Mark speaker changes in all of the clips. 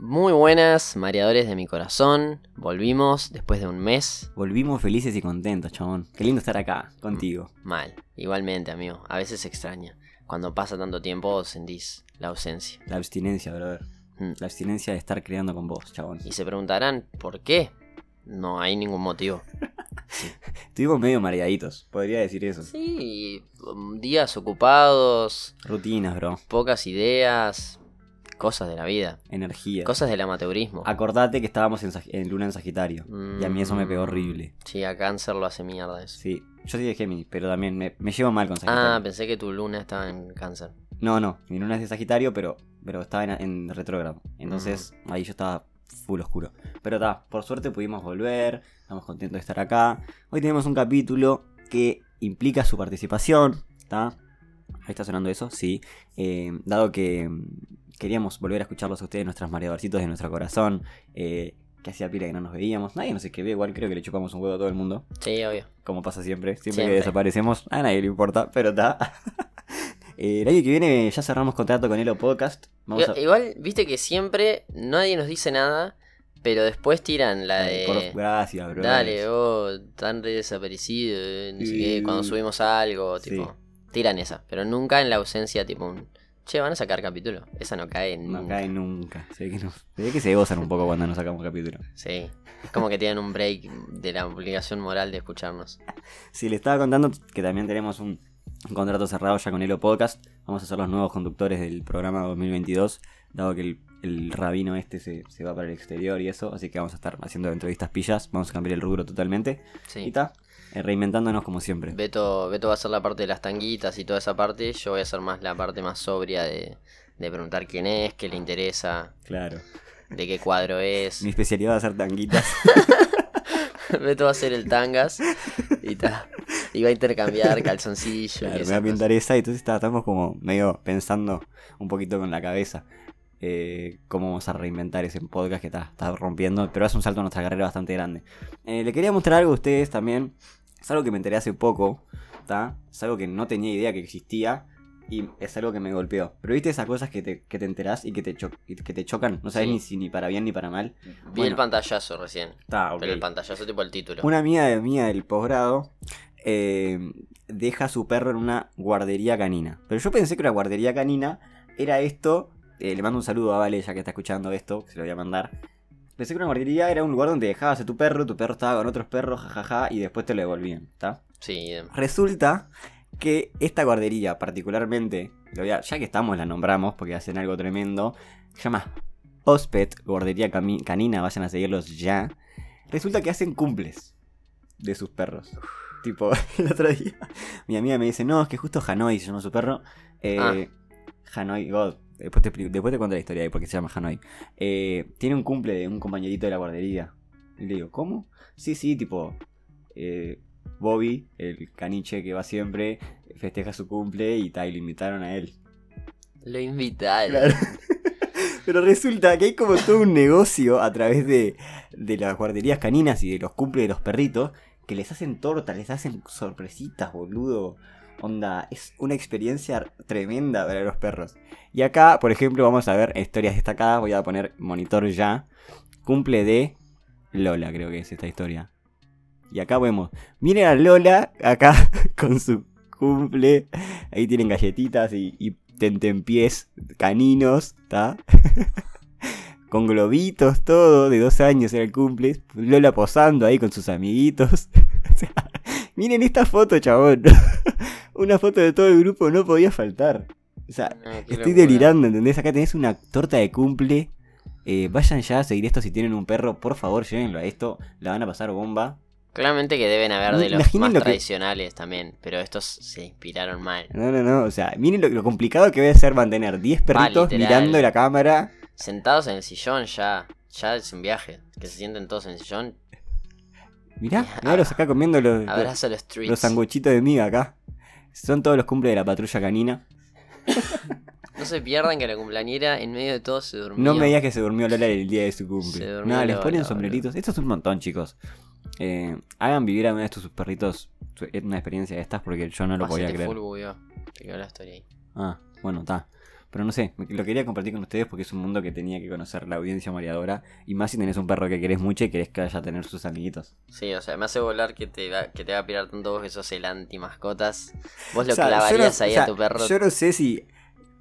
Speaker 1: Muy buenas, mareadores de mi corazón. Volvimos después de un mes.
Speaker 2: Volvimos felices y contentos, chabón. Qué lindo estar acá,
Speaker 1: Mm.
Speaker 2: contigo.
Speaker 1: Mal. Igualmente, amigo. A veces se extraña. Cuando pasa tanto tiempo sentís la ausencia.
Speaker 2: La abstinencia, brother.
Speaker 1: Mm.
Speaker 2: La abstinencia de estar creando con vos, chabón.
Speaker 1: Y se preguntarán, ¿por qué? No hay ningún motivo.
Speaker 2: Estuvimos medio mareaditos, podría decir eso.
Speaker 1: Sí, um, días ocupados,
Speaker 2: Rutinas, bro.
Speaker 1: pocas ideas, cosas de la vida,
Speaker 2: Energía.
Speaker 1: cosas del amateurismo.
Speaker 2: Acordate que estábamos en, Sag- en Luna en Sagitario.
Speaker 1: Mm.
Speaker 2: Y a mí eso me pegó horrible.
Speaker 1: Sí, a cáncer lo hace mierda eso.
Speaker 2: Sí. Yo soy de Géminis, pero también me, me llevo mal con
Speaker 1: Ah,
Speaker 2: Sagitario.
Speaker 1: pensé que tu luna estaba en cáncer.
Speaker 2: No, no. Mi Luna es de Sagitario, pero, pero estaba en, en retrógrado. Entonces ahí yo estaba full oscuro. Pero está, por suerte pudimos volver. Estamos contentos de estar acá. Hoy tenemos un capítulo que implica su participación. ¿Está? Ahí está sonando eso, sí. Eh, dado que mm, queríamos volver a escucharlos a ustedes, nuestros mareadorcitos de nuestro corazón, eh, que hacía pila que no nos veíamos. Nadie nos escribió, igual creo que le chupamos un huevo a todo el mundo,
Speaker 1: Sí, obvio.
Speaker 2: como pasa siempre. Siempre, que
Speaker 1: Siempre.
Speaker 2: desaparecemos, a nadie le importa, pero está. Eh, el año que viene ya cerramos contrato con Elo Podcast. Vamos a...
Speaker 1: Igual, igual, viste que siempre nadie nos dice nada, pero después tiran la
Speaker 2: eh, por-
Speaker 1: de.
Speaker 2: Gracias, bro.
Speaker 1: Dale, vos, tan re desaparecido, eh, no sé qué,
Speaker 2: Y-
Speaker 1: cuando subimos algo,
Speaker 2: Sí.
Speaker 1: tipo. Tiran esa, pero nunca en la ausencia, tipo un. Che, van a sacar capítulo. Esa no cae nunca.
Speaker 2: No cae nunca. Se ve que, no- se ve que se gozan un poco cuando nos sacamos capítulo.
Speaker 1: Sí. Es como que tienen un break de la obligación moral de escucharnos.
Speaker 2: Sí, le estaba contando que también tenemos un un contrato cerrado ya con Elo Podcast. Vamos a ser los nuevos conductores del programa 2022, dado que el, el rabino este se, se va para el exterior y eso. Así que vamos a estar haciendo entrevistas pillas. Vamos a cambiar el rubro totalmente. Y
Speaker 1: Sí.
Speaker 2: está, eh, reinventándonos como siempre.
Speaker 1: Beto, Beto va a hacer la parte de las tanguitas y toda esa parte. Yo voy a hacer más la parte más sobria de, de preguntar quién es, qué le interesa,
Speaker 2: Claro.
Speaker 1: de qué cuadro es.
Speaker 2: Mi especialidad va a ser tanguitas.
Speaker 1: Beto va a hacer el tangas y ta. Y va a intercambiar calzoncillo.
Speaker 2: Claro,
Speaker 1: y
Speaker 2: eh, me
Speaker 1: esas
Speaker 2: voy a pintar esa. y Entonces está- estamos como medio pensando un poquito con la cabeza eh, cómo vamos a reinventar ese podcast que está, está rompiendo, pero hace un salto a nuestra carrera bastante grande. Eh, le quería mostrar algo a ustedes también. Es algo que me enteré hace poco, ¿está? Es algo que no tenía idea que existía y es algo que me golpeó. Pero viste esas cosas que te, que te enterás y que te, cho- y que te chocan, no sabes
Speaker 1: Sí.
Speaker 2: ni si ni para bien ni para mal.
Speaker 1: cosas. Vi el
Speaker 2: Bueno.
Speaker 1: pantallazo recién.
Speaker 2: Está, ok.
Speaker 1: Pero el pantallazo tipo el título.
Speaker 2: Una amiga de mía del posgrado eh, deja a su perro en una guardería canina. Pero yo pensé que una guardería canina era esto. eh, le mando un saludo a Vale, ya que está escuchando esto, que se lo voy a mandar. Pensé que una guardería era un lugar donde dejabas a tu perro, tu perro estaba con otros perros, jajaja, y después te lo devolvían, ¿está?
Speaker 1: Sí, eh,
Speaker 2: Resulta que esta guardería, particularmente, lo voy a- ya que estamos, la nombramos porque hacen algo tremendo. Se llama Ospet, Guardería Cami- Canina, vayan a seguirlos ya. Resulta que hacen cumples de sus perros. Tipo, el otro día, mi amiga me dice: No, es que justo Hanoi se llama su perro. Eh, Hanoi God. Después te, expli- después te cuento la historia de por qué se llama Hanoi. Eh, tiene un cumple de un compañerito de la guardería. Y le digo, ¿cómo? Sí, sí, tipo. eh, Bobby, el caniche que va siempre, festeja su cumple y tal, y lo invitaron a él.
Speaker 1: lo invitaron.
Speaker 2: Claro. Pero resulta que hay como todo un negocio a través de, de las guarderías caninas y de los cumples de los perritos que les hacen tortas, les hacen sorpresitas, boludo. Onda, es una experiencia tremenda para los perros. Y acá, por ejemplo, vamos a ver historias destacadas. Voy a poner monitor ya. Cumple de Lola, creo que es esta historia. Y acá vemos. Miren a Lola acá con su cumple. Ahí tienen galletitas y, y tentempiés caninos, ¿está? con globitos, todo, de dos años era el cumple. Lola posando ahí con sus amiguitos. O sea, miren esta foto, chabón. Una foto de todo el grupo no podía faltar. O sea,
Speaker 1: No, Ah, qué
Speaker 2: Estoy
Speaker 1: locura.
Speaker 2: delirando, ¿entendés? Acá tenés una torta de cumple. Eh, vayan ya a seguir esto si tienen un perro. Por favor, llévenlo a esto. La van a pasar bomba.
Speaker 1: Claramente que deben haber de los
Speaker 2: Imaginen
Speaker 1: más
Speaker 2: lo que-
Speaker 1: tradicionales también, pero estos se inspiraron mal.
Speaker 2: No, no, no. O sea, miren lo, lo complicado que va a ser mantener 10 perritos
Speaker 1: literal.
Speaker 2: mirando la cámara.
Speaker 1: Sentados en el sillón ya, ya es un viaje. Que se sienten todos en el sillón,
Speaker 2: Mirá, mirá los acá comiendo los, los,
Speaker 1: abraza a los streets.
Speaker 2: los sanguchitos de miga acá. Son todos los cumples de la patrulla canina.
Speaker 1: No se pierdan que la cumpleañera en medio de todo se durmió.
Speaker 2: No me digas que se durmió Lola el día de su
Speaker 1: Se
Speaker 2: cumple.
Speaker 1: durmió
Speaker 2: No, les
Speaker 1: Lola,
Speaker 2: ponen
Speaker 1: boludo.
Speaker 2: sombreritos. Esto es un montón, chicos. Eh, hagan vivir a uno de estos sus perritos su- eh, una experiencia de estas porque yo no lo podía
Speaker 1: Pasate
Speaker 2: creer.
Speaker 1: full bugueó. Te quedó la historia ahí.
Speaker 2: Ah, bueno, está. Pero no sé, lo quería compartir con ustedes porque es un mundo que tenía que conocer la audiencia mareadora. Y más si tenés un perro que querés mucho y querés que vaya a tener sus amiguitos.
Speaker 1: Sí, o sea, me hace volar que te, va- que te va a pirar tanto vos que sos el anti-mascotas. Vos lo
Speaker 2: O sea, yo
Speaker 1: clavarías
Speaker 2: no-
Speaker 1: ahí
Speaker 2: o sea,
Speaker 1: a tu perro.
Speaker 2: Yo no sé si,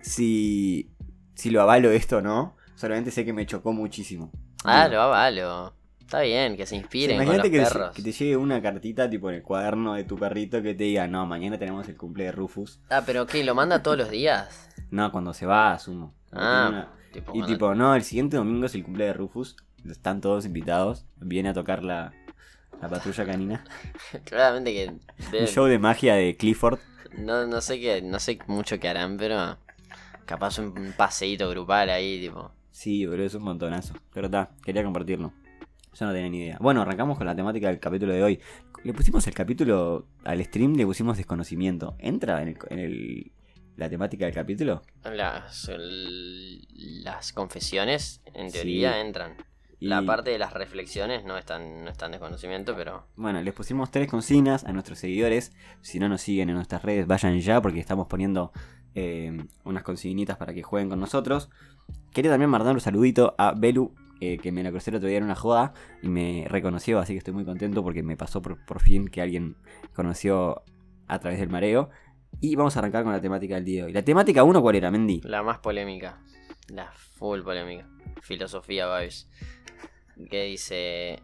Speaker 2: si, si lo avalo esto o no. Solamente sé que me chocó muchísimo.
Speaker 1: Ah,
Speaker 2: Digo,
Speaker 1: lo avalo. Está bien, que se
Speaker 2: o sea,
Speaker 1: inspiren con los
Speaker 2: imagínate que, te-
Speaker 1: perros.
Speaker 2: que te llegue una cartita tipo en el cuaderno de tu perrito que te diga, no, mañana tenemos el cumple de Rufus.
Speaker 1: Ah, pero ¿qué? ¿Lo manda todos los días?
Speaker 2: No, cuando se va, asumo.
Speaker 1: Ah,
Speaker 2: Tiene una-
Speaker 1: tipo,
Speaker 2: Y
Speaker 1: cuando-
Speaker 2: tipo, no, el siguiente domingo es el cumple de Rufus. Están todos invitados. Viene a tocar la, la patrulla canina.
Speaker 1: Claramente que...
Speaker 2: Un
Speaker 1: deben-
Speaker 2: show de magia de Clifford.
Speaker 1: no, no sé qué, no sé mucho que harán, pero... Capaz un, un paseíto grupal ahí, tipo...
Speaker 2: Sí, boludo, es un montonazo. Pero está, quería compartirlo. Yo no tenía ni idea. Bueno, arrancamos con la temática del capítulo de hoy. Le pusimos el capítulo al stream, le pusimos desconocimiento. ¿Entra en, el, en el- la temática del capítulo?
Speaker 1: Las, el- las confesiones, en
Speaker 2: Sí.
Speaker 1: teoría, entran.
Speaker 2: Y,
Speaker 1: La parte de las reflexiones no están no están de conocimiento, pero...
Speaker 2: Bueno, les pusimos tres consignas a nuestros seguidores. Si no nos siguen en nuestras redes, vayan ya porque estamos poniendo eh, unas consignitas para que jueguen con nosotros. Quería también mandar un saludito a Belu, eh, que me la crucé el otro día en una joda y me reconoció, así que estoy muy contento porque me pasó por, por fin que alguien conoció a través del mareo. Y vamos a arrancar con la temática del día de hoy. ¿La temática 1 cuál era, Mendy?
Speaker 1: La más polémica. La full polémica. Filosofía vibes. Que dice.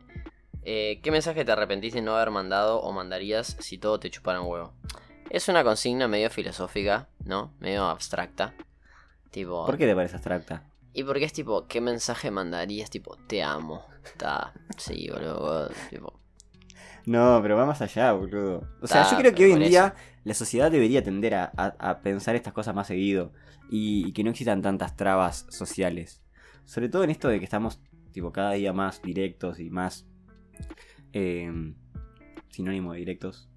Speaker 1: eh, ¿Qué mensaje te arrepentís de no haber mandado o mandarías si todo te chupara un huevo? Es una consigna medio filosófica, ¿no? Medio abstracta. Tipo.
Speaker 2: ¿Por qué te parece abstracta?
Speaker 1: Y porque es tipo, ¿qué mensaje mandarías? Tipo, te amo. Ta. Sí, boludo. Tipo,
Speaker 2: No, pero va más allá, boludo. O sea,
Speaker 1: Ta,
Speaker 2: yo creo que
Speaker 1: pero
Speaker 2: hoy en
Speaker 1: por
Speaker 2: día la sociedad debería tender a, a- a pensar estas cosas más seguido y, y que no existan tantas trabas sociales. Sobre todo en esto de que estamos tipo cada día más directos y más eh, sinónimo de directos.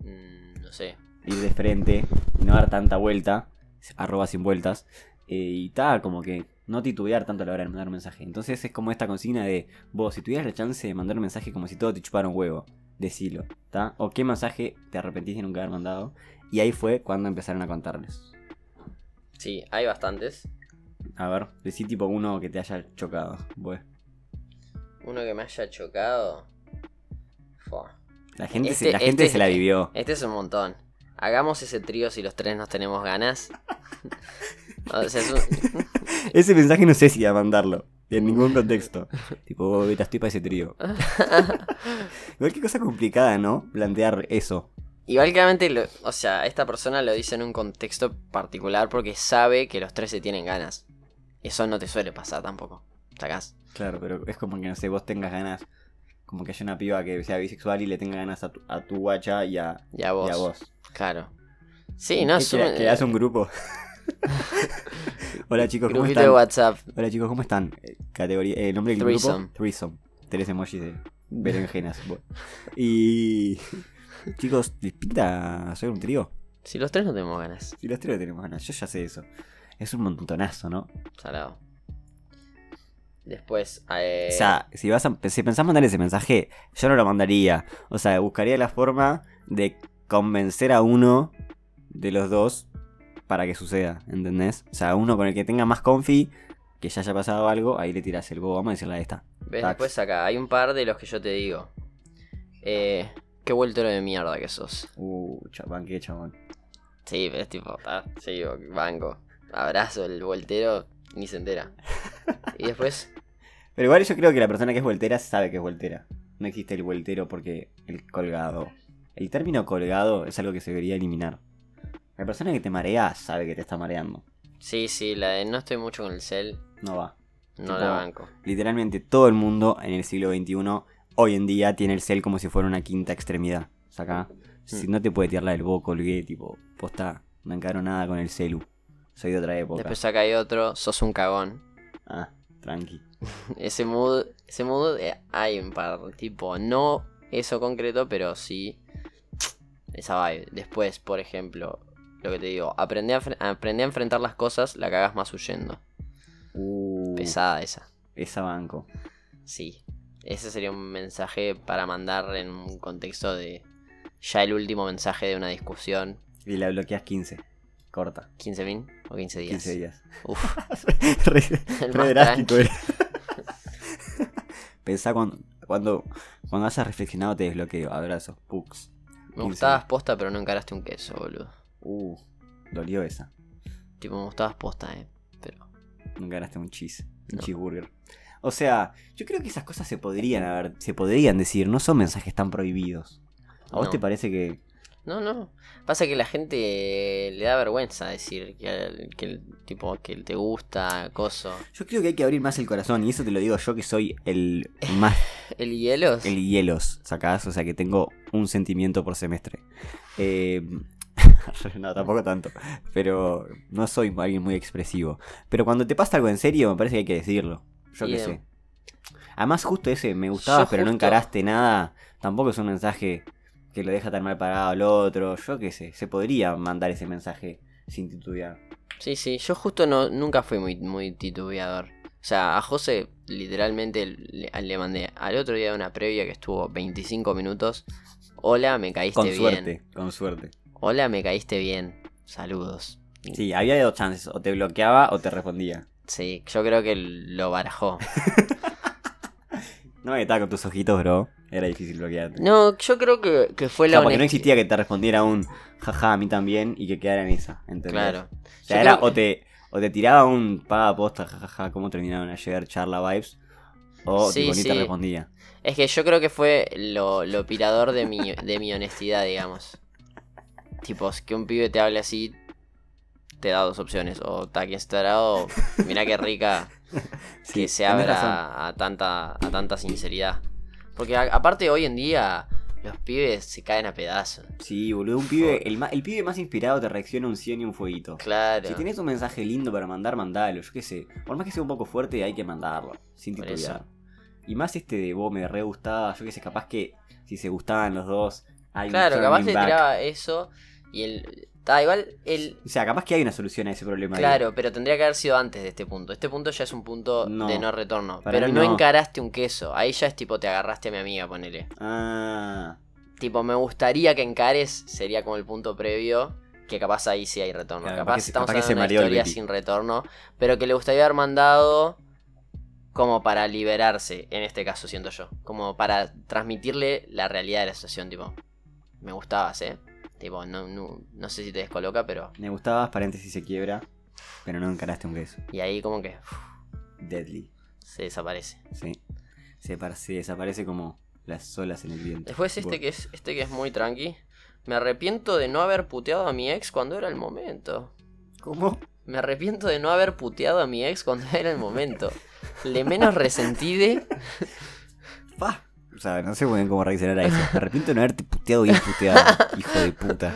Speaker 1: mm, no sé.
Speaker 2: Ir de frente y no dar tanta vuelta, arroba sin vueltas. eh, y tal, como que no titubear tanto a la hora de mandar un mensaje. Entonces es como esta consigna de vos, si tuvieras la chance de mandar un mensaje como si todo te chupara un huevo, decilo, ¿está? O qué mensaje te arrepentís de nunca haber mandado. Y ahí fue cuando empezaron a contarles.
Speaker 1: Sí, hay bastantes.
Speaker 2: A ver, decí tipo uno que te haya chocado. Bueno,
Speaker 1: Uno que me haya chocado. Fua.
Speaker 2: la gente, se,
Speaker 1: Este-
Speaker 2: la, gente
Speaker 1: este-
Speaker 2: se la vivió.
Speaker 1: Este es un montón. Hagamos ese trío si los tres nos tenemos ganas. o sea, es un-
Speaker 2: Ese mensaje no sé si a mandarlo. En ningún contexto. tipo, vos, Beta, estoy para ese trío. Igual qué cosa complicada, ¿no? Plantear eso.
Speaker 1: Igual claramente, lo- o sea, esta persona lo dice en un contexto particular porque sabe que los tres se tienen ganas. Eso no te suele pasar tampoco. ¿Sacás?
Speaker 2: Claro, pero es como que, no sé, vos tengas ganas. Como que haya una piba que sea bisexual y le tenga ganas a tu, a tu guacha y a,
Speaker 1: Ya vos.
Speaker 2: y a vos.
Speaker 1: Claro. Sí, no,
Speaker 2: Que
Speaker 1: es un
Speaker 2: crea- creas un grupo. Hola chicos, ¿cómo
Speaker 1: grupito de
Speaker 2: están?
Speaker 1: WhatsApp.
Speaker 2: Hola chicos, ¿cómo están? Eh, Categoría, eh, nombre del
Speaker 1: Threesome.
Speaker 2: grupo. Threesome. Tres emojis de berenjenas. Bueno. y chicos, ¿les pinta hacer un trío?
Speaker 1: Si los tres no tenemos ganas.
Speaker 2: Si los tríos tenemos ganas, yo ya sé eso. Es un montonazo, ¿no?
Speaker 1: Salado. Después, eh,
Speaker 2: O sea, si, vas a, si pensás mandar ese mensaje, yo no lo mandaría. O sea, buscaría la forma de convencer a uno de los dos para que suceda, ¿entendés? O sea, uno con el que tenga más confi, que ya haya pasado algo, ahí le tiras el bobo, vamos a decirle a esta.
Speaker 1: ¿Ves?
Speaker 2: Tax.
Speaker 1: Después acá, hay un par de los que yo te digo. Eh, qué vueltero de mierda que sos.
Speaker 2: Uh, chabón, qué chabón.
Speaker 1: Sí, pero es tipo, ah, sí, banco. Abrazo, el voltero ni se entera. Y después,
Speaker 2: Pero igual yo creo que la persona que es voltera sabe que es voltera. No existe el voltero porque el colgado. El término colgado es algo que se debería eliminar. La persona que te marea sabe que te está mareando.
Speaker 1: sí, sí, la de no estoy mucho con el cel,
Speaker 2: No va.
Speaker 1: no
Speaker 2: Tipo,
Speaker 1: la banco.
Speaker 2: Literalmente todo el mundo en el siglo XXI hoy en día tiene el cel como si fuera una quinta extremidad. O sea, acá, si no te puede tirar la del boco, colgué, tipo, posta, no encaro nada con el celu. Soy de otra época.
Speaker 1: Después acá hay otro, sos un cagón.
Speaker 2: Ah, tranqui.
Speaker 1: Ese mood, ese mood eh, hay un par, tipo, no eso concreto, pero sí esa vibe. Después, por ejemplo, lo que te digo, aprendí a, fre- aprendí a enfrentar las cosas, la cagás más huyendo.
Speaker 2: Uh,
Speaker 1: Pesada esa.
Speaker 2: Esa banco.
Speaker 1: Sí. Ese sería un mensaje para mandar en un contexto de ya el último mensaje de una discusión.
Speaker 2: Y la bloqueas 15. Corta.
Speaker 1: ¿15.000 o 15 días?
Speaker 2: 15 días.
Speaker 1: Uf,
Speaker 2: re,
Speaker 1: el
Speaker 2: re
Speaker 1: más
Speaker 2: drástico eh.
Speaker 1: tranqui.
Speaker 2: era. Pensá cuando, cuando, cuando hayas reflexionado te desbloqueo. Abrazo. Pux.
Speaker 1: Me
Speaker 2: 15.
Speaker 1: gustabas posta, pero no encaraste un queso, boludo.
Speaker 2: Uh, dolió esa.
Speaker 1: Tipo, me gustabas posta, eh. Pero.
Speaker 2: Nunca ganaste un cheese. Un
Speaker 1: No.
Speaker 2: cheeseburger. O sea, yo creo que esas cosas se podrían haber, se podrían decir, no son mensajes tan prohibidos. ¿A vos
Speaker 1: No.
Speaker 2: te parece que
Speaker 1: No, no. Pasa que la gente le da vergüenza decir que, el- que el tipo que te gusta, coso.
Speaker 2: Yo creo que hay que abrir más el corazón, y eso te lo digo yo que soy el más
Speaker 1: El hielos.
Speaker 2: el hielos, sacás, o sea que tengo un sentimiento por semestre. Eh, no, tampoco tanto. Pero no soy alguien muy expresivo. Pero cuando te pasa algo en serio, me parece que hay que decirlo. Yo qué
Speaker 1: Bien.
Speaker 2: sé. Además, justo ese, me gustaba,
Speaker 1: Yo
Speaker 2: pero no
Speaker 1: justo-
Speaker 2: encaraste nada. Tampoco es un mensaje que lo deja tan mal parado al otro. Yo qué sé, se podría mandar ese mensaje sin titubear.
Speaker 1: Sí, sí. Yo justo no, nunca fui muy, muy titubeador. O sea, a José literalmente le, le mandé al otro día de una previa que estuvo 25 minutos. Hola, me caíste
Speaker 2: Con
Speaker 1: Este bien.
Speaker 2: suerte, con suerte.
Speaker 1: Hola, me caíste bien. Saludos.
Speaker 2: Sí, había dos chances, o te bloqueaba o te respondía.
Speaker 1: Sí, yo creo que lo barajó.
Speaker 2: No me estaba con tus ojitos, bro. Era difícil bloquearte.
Speaker 1: No, yo creo que, que fue
Speaker 2: O
Speaker 1: la
Speaker 2: sea, porque no
Speaker 1: honesti-
Speaker 2: existía que te respondiera un jaja a mí también y que quedara en esa, ¿entendés?
Speaker 1: Claro.
Speaker 2: O sea,
Speaker 1: Yo
Speaker 2: era
Speaker 1: creo
Speaker 2: o te, o te tiraba un paga posta, jajaja, cómo terminaron ayer, charla vibes, o
Speaker 1: Sí,
Speaker 2: tipo, ni te
Speaker 1: sí.
Speaker 2: respondía.
Speaker 1: Es que yo creo que fue lo, lo pirador de mi, de mi honestidad, digamos. Tipo, es que un pibe te hable así, te da dos opciones. O está quien estará, o mirá qué rica que se
Speaker 2: tenés
Speaker 1: abra
Speaker 2: razón.
Speaker 1: a, tanta, a tanta sinceridad. Porque a- aparte hoy en día los pibes se caen a pedazos.
Speaker 2: Sí, boludo, un pibe, el, ma- el pibe más inspirado te reacciona un 100 y un fueguito.
Speaker 1: Claro.
Speaker 2: Si tienes un mensaje lindo para mandar, mandalo, yo qué sé. Por más que sea un poco fuerte, hay que mandarlo, sin
Speaker 1: Por
Speaker 2: titubear. Y más este de vos me re gustaba, yo qué sé, capaz que si se gustaban los dos, hay un
Speaker 1: Claro, capaz
Speaker 2: turning
Speaker 1: le
Speaker 2: back.
Speaker 1: tiraba eso y el... Está, igual el...
Speaker 2: O sea, capaz que hay una solución a ese problema. ahí.
Speaker 1: Claro, pero tendría que haber sido antes de este punto. Este punto ya es un punto
Speaker 2: No.
Speaker 1: de no retorno.
Speaker 2: Para
Speaker 1: pero
Speaker 2: mí
Speaker 1: no,
Speaker 2: no.
Speaker 1: encaraste un queso. Ahí ya es tipo, te agarraste a mi amiga, ponele.
Speaker 2: Ah,
Speaker 1: Tipo, me gustaría que encares, sería como el punto previo. Que capaz ahí sí hay retorno.
Speaker 2: Claro,
Speaker 1: capaz
Speaker 2: capaz que se-
Speaker 1: estamos
Speaker 2: capaz que se
Speaker 1: hablando de
Speaker 2: mareó
Speaker 1: una
Speaker 2: el
Speaker 1: historia
Speaker 2: Betty.
Speaker 1: sin retorno. Pero que le gustaría haber mandado como para liberarse, en este caso, siento yo. Como para transmitirle la realidad de la situación, tipo. Me gustabas, eh. Tipo, no, no, no sé si te descoloca, pero.
Speaker 2: me gustabas, paréntesis se quiebra, pero no encaraste un queso.
Speaker 1: Y ahí como que uf,
Speaker 2: Deadly,
Speaker 1: se desaparece.
Speaker 2: sí. Se, par- se desaparece como las olas en el viento.
Speaker 1: Después este que es este que es muy tranqui. Me arrepiento de no haber puteado a mi ex cuando era el momento.
Speaker 2: ¿Cómo?
Speaker 1: Me arrepiento de no haber puteado a mi ex cuando era el momento. Le menos resentí de.
Speaker 2: Pa. O sea, no sé muy bien cómo reaccionar a eso. Me arrepiento de no haberte puteado bien puteado, hijo de puta.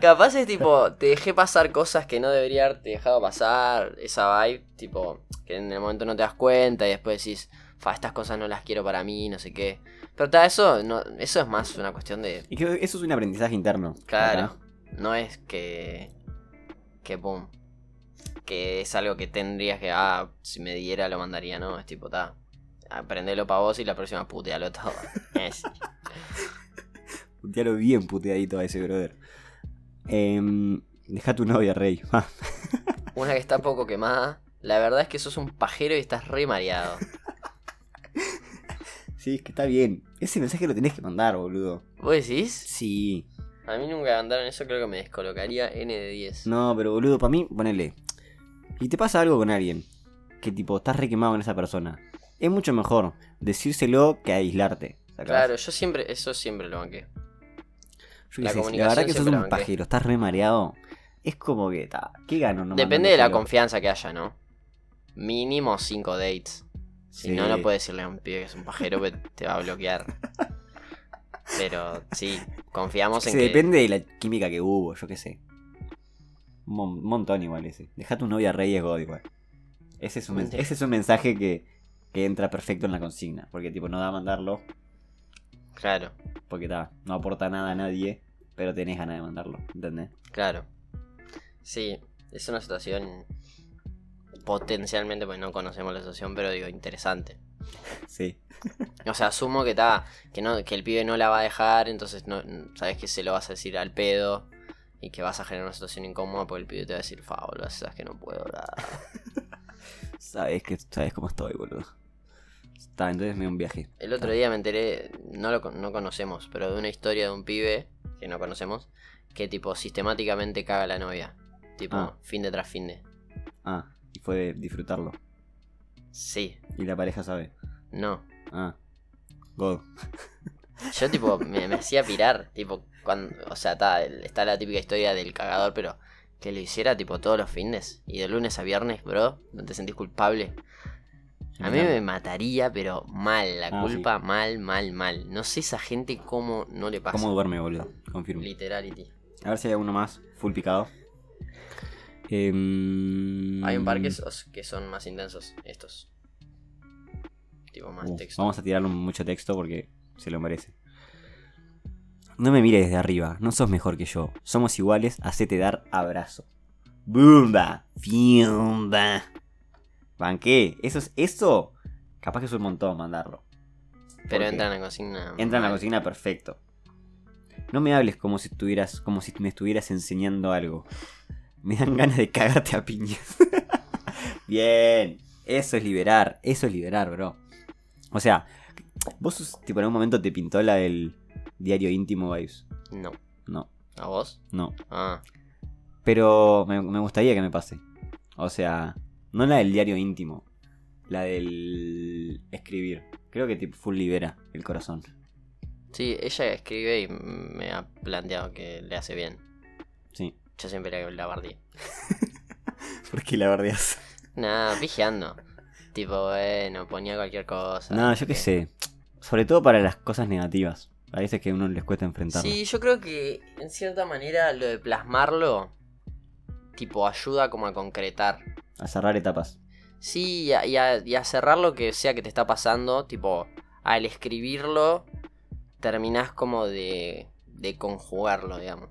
Speaker 1: Capaz es tipo, te dejé pasar cosas que no debería haberte dejado pasar. Esa vibe, tipo, que en el momento no te das cuenta y después decís, fa, estas cosas no las quiero para mí, no sé qué. Pero ta, eso, no, eso es más una cuestión de.
Speaker 2: Y que eso es un aprendizaje interno.
Speaker 1: Claro.
Speaker 2: Acá.
Speaker 1: No es que. Que boom. Que es algo que tendrías que. Ah, si me diera lo mandaría, ¿no? Es tipo, ta. Aprendelo para vos y la próxima putealo todo. Es-
Speaker 2: Putealo bien puteadito a ese brother. Em, deja tu novia, Rey. Ah,
Speaker 1: Una que está poco quemada. La verdad es que sos un pajero y estás re mareado.
Speaker 2: sí, es que está bien. Ese mensaje lo tenés que mandar, boludo.
Speaker 1: ¿Vos decís?
Speaker 2: Sí.
Speaker 1: A mí nunca mandaron eso, creo que me descolocaría N de 10.
Speaker 2: No, pero boludo, para mí, ponele. Y te pasa algo con alguien, que tipo, estás re quemado en esa persona. Es mucho mejor decírselo que aislarte. ¿sacás?
Speaker 1: Claro, yo siempre, eso siempre lo banqué.
Speaker 2: Yo
Speaker 1: la
Speaker 2: qué sé, si la
Speaker 1: comunicación
Speaker 2: verdad que sos
Speaker 1: siempre la
Speaker 2: un
Speaker 1: banqué.
Speaker 2: pajero, estás re mareado. Es como que, ta, ¿qué gano? No
Speaker 1: Depende de la
Speaker 2: mandándoselo?
Speaker 1: confianza que haya, ¿no? Mínimo 5 dates. Si
Speaker 2: Sí.
Speaker 1: no, no puedes decirle a un pibe que es un pajero que te va a bloquear. Pero sí, confiamos en
Speaker 2: Sí,
Speaker 1: que.
Speaker 2: depende de la química que hubo, yo qué sé. Un mon- montón igual ese. Deja tu novia rey es God igual. Ese es un, men-
Speaker 1: Sí.
Speaker 2: ese es un mensaje que, que entra perfecto en la consigna. Porque tipo, no da a mandarlo,
Speaker 1: Claro,
Speaker 2: porque ta, no aporta nada a nadie, pero tenés ganas de mandarlo, ¿entendés?
Speaker 1: claro. Sí, es una situación potencialmente, pues no conocemos la situación, pero digo, interesante.
Speaker 2: Sí.
Speaker 1: O sea, asumo que está, que no, que el pibe no la va a dejar, entonces no, sabes que se lo vas a decir al pedo. y que vas a generar una situación incómoda porque el pibe te va a decir, fa, boludo, sabes que no puedo hablar.
Speaker 2: Sabes que sabes cómo estoy, boludo. Está, entonces me dio un viaje.
Speaker 1: El otro día me enteré, no lo con- no conocemos, pero de una historia de un pibe que no conocemos, que tipo sistemáticamente caga a la novia. Tipo,
Speaker 2: Ah.
Speaker 1: fin de tras fin de.
Speaker 2: Ah, y fue de disfrutarlo.
Speaker 1: Sí,
Speaker 2: Y la pareja sabe.
Speaker 1: no.
Speaker 2: Ah. God.
Speaker 1: Yo tipo me, me hacía pirar, tipo, cuando, o sea, está, el- está la típica historia del cagador, pero que lo hiciera tipo todos los fines y de lunes a viernes, bro, no te sentís culpable. A mí me mataría, pero mal, la
Speaker 2: Ah, sí.
Speaker 1: culpa mal, mal, mal. No sé esa gente cómo no le pasa.
Speaker 2: ¿Cómo duerme, boludo? Confirmo.
Speaker 1: Literality.
Speaker 2: A ver si hay alguno más. Full picado. Em,
Speaker 1: Hay un par que, sos- que son más intensos, estos. Tipo más
Speaker 2: Uh,
Speaker 1: texto.
Speaker 2: Vamos a tirarle mucho texto porque se lo merece. No me mires desde arriba, no sos mejor que yo. Somos iguales, hacete dar abrazo. ¡Bumba! ¡Fiumba! Banqué. Eso es eso. Capaz que es un montón mandarlo.
Speaker 1: Pero
Speaker 2: porque
Speaker 1: entran en la consigna.
Speaker 2: Entra en la
Speaker 1: mal.
Speaker 2: cocina perfecto. No me hables como si estuvieras, como si me estuvieras enseñando algo. Me dan ganas de cagarte a piñas. Bien. Eso es liberar. Eso es liberar, bro. O sea, vos sos- tipo en algún momento te pintó la del diario íntimo Vibes.
Speaker 1: No.
Speaker 2: No,
Speaker 1: ¿A vos?
Speaker 2: no.
Speaker 1: Ah,
Speaker 2: Pero me, me gustaría que me pase. O sea, no la del diario íntimo. La del escribir. Creo que tipo full libera el corazón.
Speaker 1: sí, ella escribe y me ha planteado que le hace bien.
Speaker 2: Sí.
Speaker 1: Yo siempre la, la bardí.
Speaker 2: Porque la verdeas.
Speaker 1: Nada, vigiando. Tipo, bueno, ponía cualquier cosa.
Speaker 2: No, yo qué sé. Sobre todo para las cosas negativas. A veces que a uno les cuesta enfrentarlas.
Speaker 1: Sí, yo creo que en cierta manera lo de plasmarlo, tipo, ayuda como a concretar.
Speaker 2: A cerrar etapas.
Speaker 1: Sí, y a, y a- y a cerrar lo que sea que te está pasando, tipo, al escribirlo, terminás como de, de conjugarlo, digamos.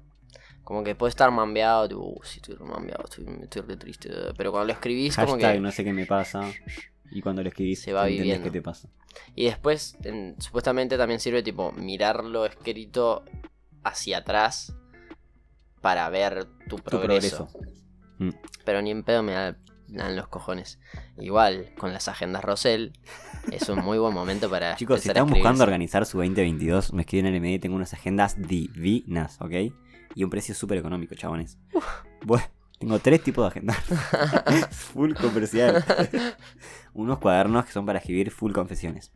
Speaker 1: Como que puede estar mambeado, tipo, uh, sí, estoy re mambeado, estoy, estoy re triste. Pero cuando lo escribís, como
Speaker 2: Hashtag
Speaker 1: que.
Speaker 2: no sé qué me pasa. Y cuando lo escribís,
Speaker 1: Se va
Speaker 2: entendés
Speaker 1: viviendo.
Speaker 2: qué te pasa.
Speaker 1: Y después, en- supuestamente también sirve, tipo, mirarlo escrito hacia atrás para ver tu progreso.
Speaker 2: Tu progreso. Mm.
Speaker 1: Pero ni en pedo me da- dan los cojones. Igual, con las agendas Rosell, es un muy buen momento para.
Speaker 2: Chicos, si
Speaker 1: empezar a
Speaker 2: están
Speaker 1: escribirse.
Speaker 2: buscando organizar su 2022, me escriben al MD. Tengo unas agendas divinas, ¿ok? Y un precio súper económico, chabones. Bueno, tengo tres tipos de agendas. full comercial. Unos cuadernos que son para escribir full confesiones.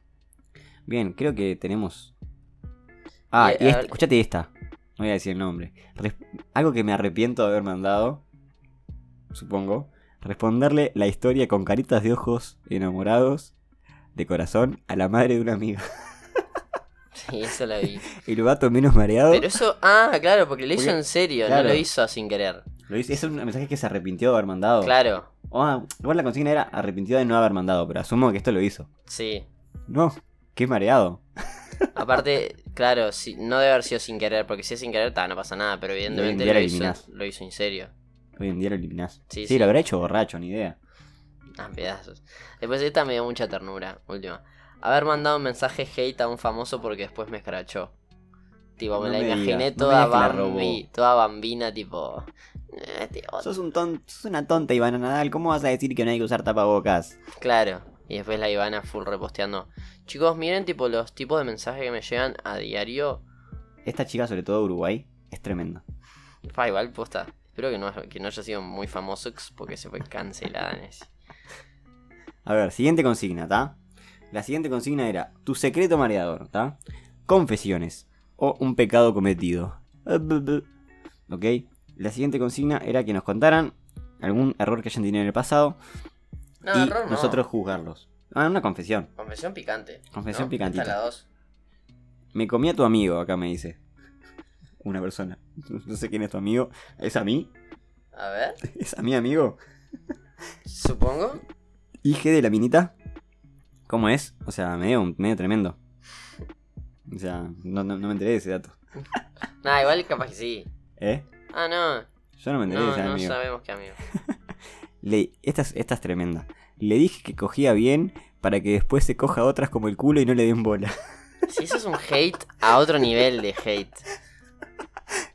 Speaker 2: Bien, creo que tenemos. Ah,
Speaker 1: Eh,
Speaker 2: y
Speaker 1: a
Speaker 2: esta-
Speaker 1: ver.
Speaker 2: escuchate esta. No voy a decir el nombre. Res- Algo que me arrepiento de haber mandado. Supongo. Responderle la historia con caritas de ojos enamorados de corazón a la madre de una amiga.
Speaker 1: Sí, eso la vi.
Speaker 2: El vato menos mareado.
Speaker 1: Pero eso. Ah, claro, porque lo hizo
Speaker 2: Porque-
Speaker 1: en serio,
Speaker 2: claro.
Speaker 1: no lo hizo sin querer.
Speaker 2: Lo dice- es un mensaje que se arrepintió de haber mandado.
Speaker 1: Claro,
Speaker 2: Ah, igual la consigna era arrepintió de no haber mandado, pero asumo que esto lo hizo.
Speaker 1: sí.
Speaker 2: No, qué mareado.
Speaker 1: Aparte, claro, sí, no debe haber sido sin querer, porque si es sin querer, ta, no pasa nada, pero evidentemente
Speaker 2: día
Speaker 1: lo
Speaker 2: la
Speaker 1: hizo,
Speaker 2: eliminás.
Speaker 1: lo hizo en serio.
Speaker 2: Hoy en día lo eliminás.
Speaker 1: Sí,
Speaker 2: Sí,
Speaker 1: sí.
Speaker 2: lo habrá hecho borracho, ni idea.
Speaker 1: Ah, pedazos. Después esta me dio mucha ternura, última. Haber mandado un mensaje hate a un famoso porque después me escrachó. Tipo, me
Speaker 2: No
Speaker 1: la
Speaker 2: me
Speaker 1: imaginé
Speaker 2: digas, no me
Speaker 1: toda
Speaker 2: digas que la
Speaker 1: bambi,
Speaker 2: robó.
Speaker 1: toda bambina, tipo. "Eh, te odio".
Speaker 2: Sos, un ton- sos una tonta, Ivana Nadal. ¿Cómo vas a decir que no hay que usar tapabocas?
Speaker 1: Claro. Y después la Ivana full reposteando. Chicos, miren tipo los tipos de mensajes que me llegan a diario.
Speaker 2: Esta chica, sobre todo de Uruguay, es tremenda.
Speaker 1: Fa, igual posta. Espero que no, que no haya sido muy famoso ex, porque se fue cancelada en ese.
Speaker 2: A ver, siguiente consigna, ¿ta? La siguiente consigna era tu secreto mareador, ¿ta? Confesiones o un pecado cometido. Eh, bu, bu. ¿Ok? La siguiente consigna era que nos contaran algún error que hayan tenido en el pasado
Speaker 1: No,
Speaker 2: y
Speaker 1: error no.
Speaker 2: nosotros juzgarlos. Ah, una confesión.
Speaker 1: Confesión picante.
Speaker 2: Confesión
Speaker 1: No,
Speaker 2: picantita.
Speaker 1: esta es la dos.
Speaker 2: Me comí a tu amigo, acá me dice. Una persona. No sé quién es tu amigo. ¿Es a mí?
Speaker 1: A ver.
Speaker 2: ¿Es a mi amigo?
Speaker 1: Supongo.
Speaker 2: ¿Hije de la minita? ¿Cómo es? O sea, medio, medio tremendo. O sea, no, no- no me enteré de ese dato.
Speaker 1: Nah, igual capaz que sí.
Speaker 2: ¿Eh?
Speaker 1: Ah, no.
Speaker 2: Yo no me enteré de
Speaker 1: No,
Speaker 2: ese
Speaker 1: no
Speaker 2: amigo.
Speaker 1: sabemos qué amigo.
Speaker 2: Le- esta, es, esta es tremenda. Le dije que cogía bien para que después se coja otras como el culo y no le den bola.
Speaker 1: Si eso es un hate a otro nivel de hate.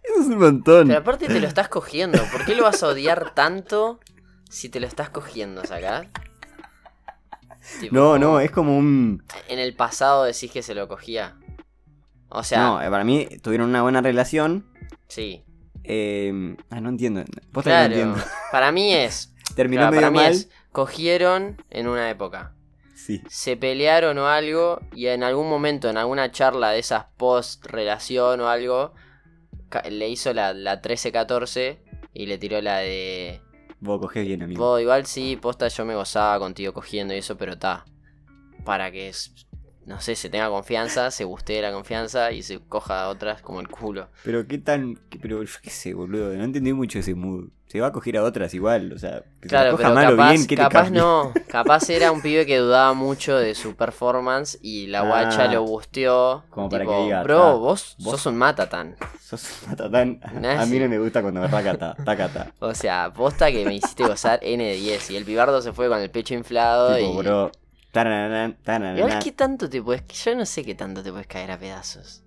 Speaker 2: Eso es un montón.
Speaker 1: Pero aparte te lo estás cogiendo. ¿Por qué lo vas a odiar tanto si te lo estás cogiendo, sacás? Tipo,
Speaker 2: No, no, es como un.
Speaker 1: En el pasado decís que se lo cogía. O sea,
Speaker 2: No, eh, para mí tuvieron una buena relación.
Speaker 1: sí.
Speaker 2: eh, Ah, no entiendo. Posta que
Speaker 1: Claro.
Speaker 2: no entiendo.
Speaker 1: Para mí es.
Speaker 2: Terminó
Speaker 1: claro, para
Speaker 2: medio
Speaker 1: mí
Speaker 2: mal.
Speaker 1: es. Cogieron en una época.
Speaker 2: Sí.
Speaker 1: se pelearon o algo y en algún momento, en alguna charla de esas post-relación o algo, ca- le hizo la, la 13-14 y le tiró la de...
Speaker 2: Vos cogés bien, amigo.
Speaker 1: "Vos, igual sí, posta, yo me gozaba contigo cogiendo y eso, pero ta. Para que, s- no sé, se tenga confianza, se guste la confianza y se coja a otras como el culo.
Speaker 2: Pero qué tan. qué- Pero yo qué sé, boludo. No entendí mucho ese mood. Se va a coger a otras igual. O sea, que se
Speaker 1: Claro,
Speaker 2: la
Speaker 1: pero
Speaker 2: coja mal
Speaker 1: capaz,
Speaker 2: o bien, ¿qué te
Speaker 1: capaz
Speaker 2: cambia?
Speaker 1: no. Capaz era un pibe que dudaba mucho de su performance y la
Speaker 2: Ah.
Speaker 1: guacha lo busteó.
Speaker 2: Como para
Speaker 1: tipo,
Speaker 2: que diga,
Speaker 1: bro,
Speaker 2: ah,
Speaker 1: vos,
Speaker 2: vos-
Speaker 1: sos un matatán.
Speaker 2: Sos un matatán. A mí
Speaker 1: Nazi.
Speaker 2: no me gusta cuando me tacata, tacata.
Speaker 1: O sea, posta que me hiciste gozar N de 10. Y el pibardo se fue con el pecho inflado.
Speaker 2: Tipo,
Speaker 1: y...
Speaker 2: bro. Tarananan,
Speaker 1: Igual,
Speaker 2: tarananan.
Speaker 1: ¿qué tanto te puedes.? Yo no sé qué tanto te puedes caer a pedazos.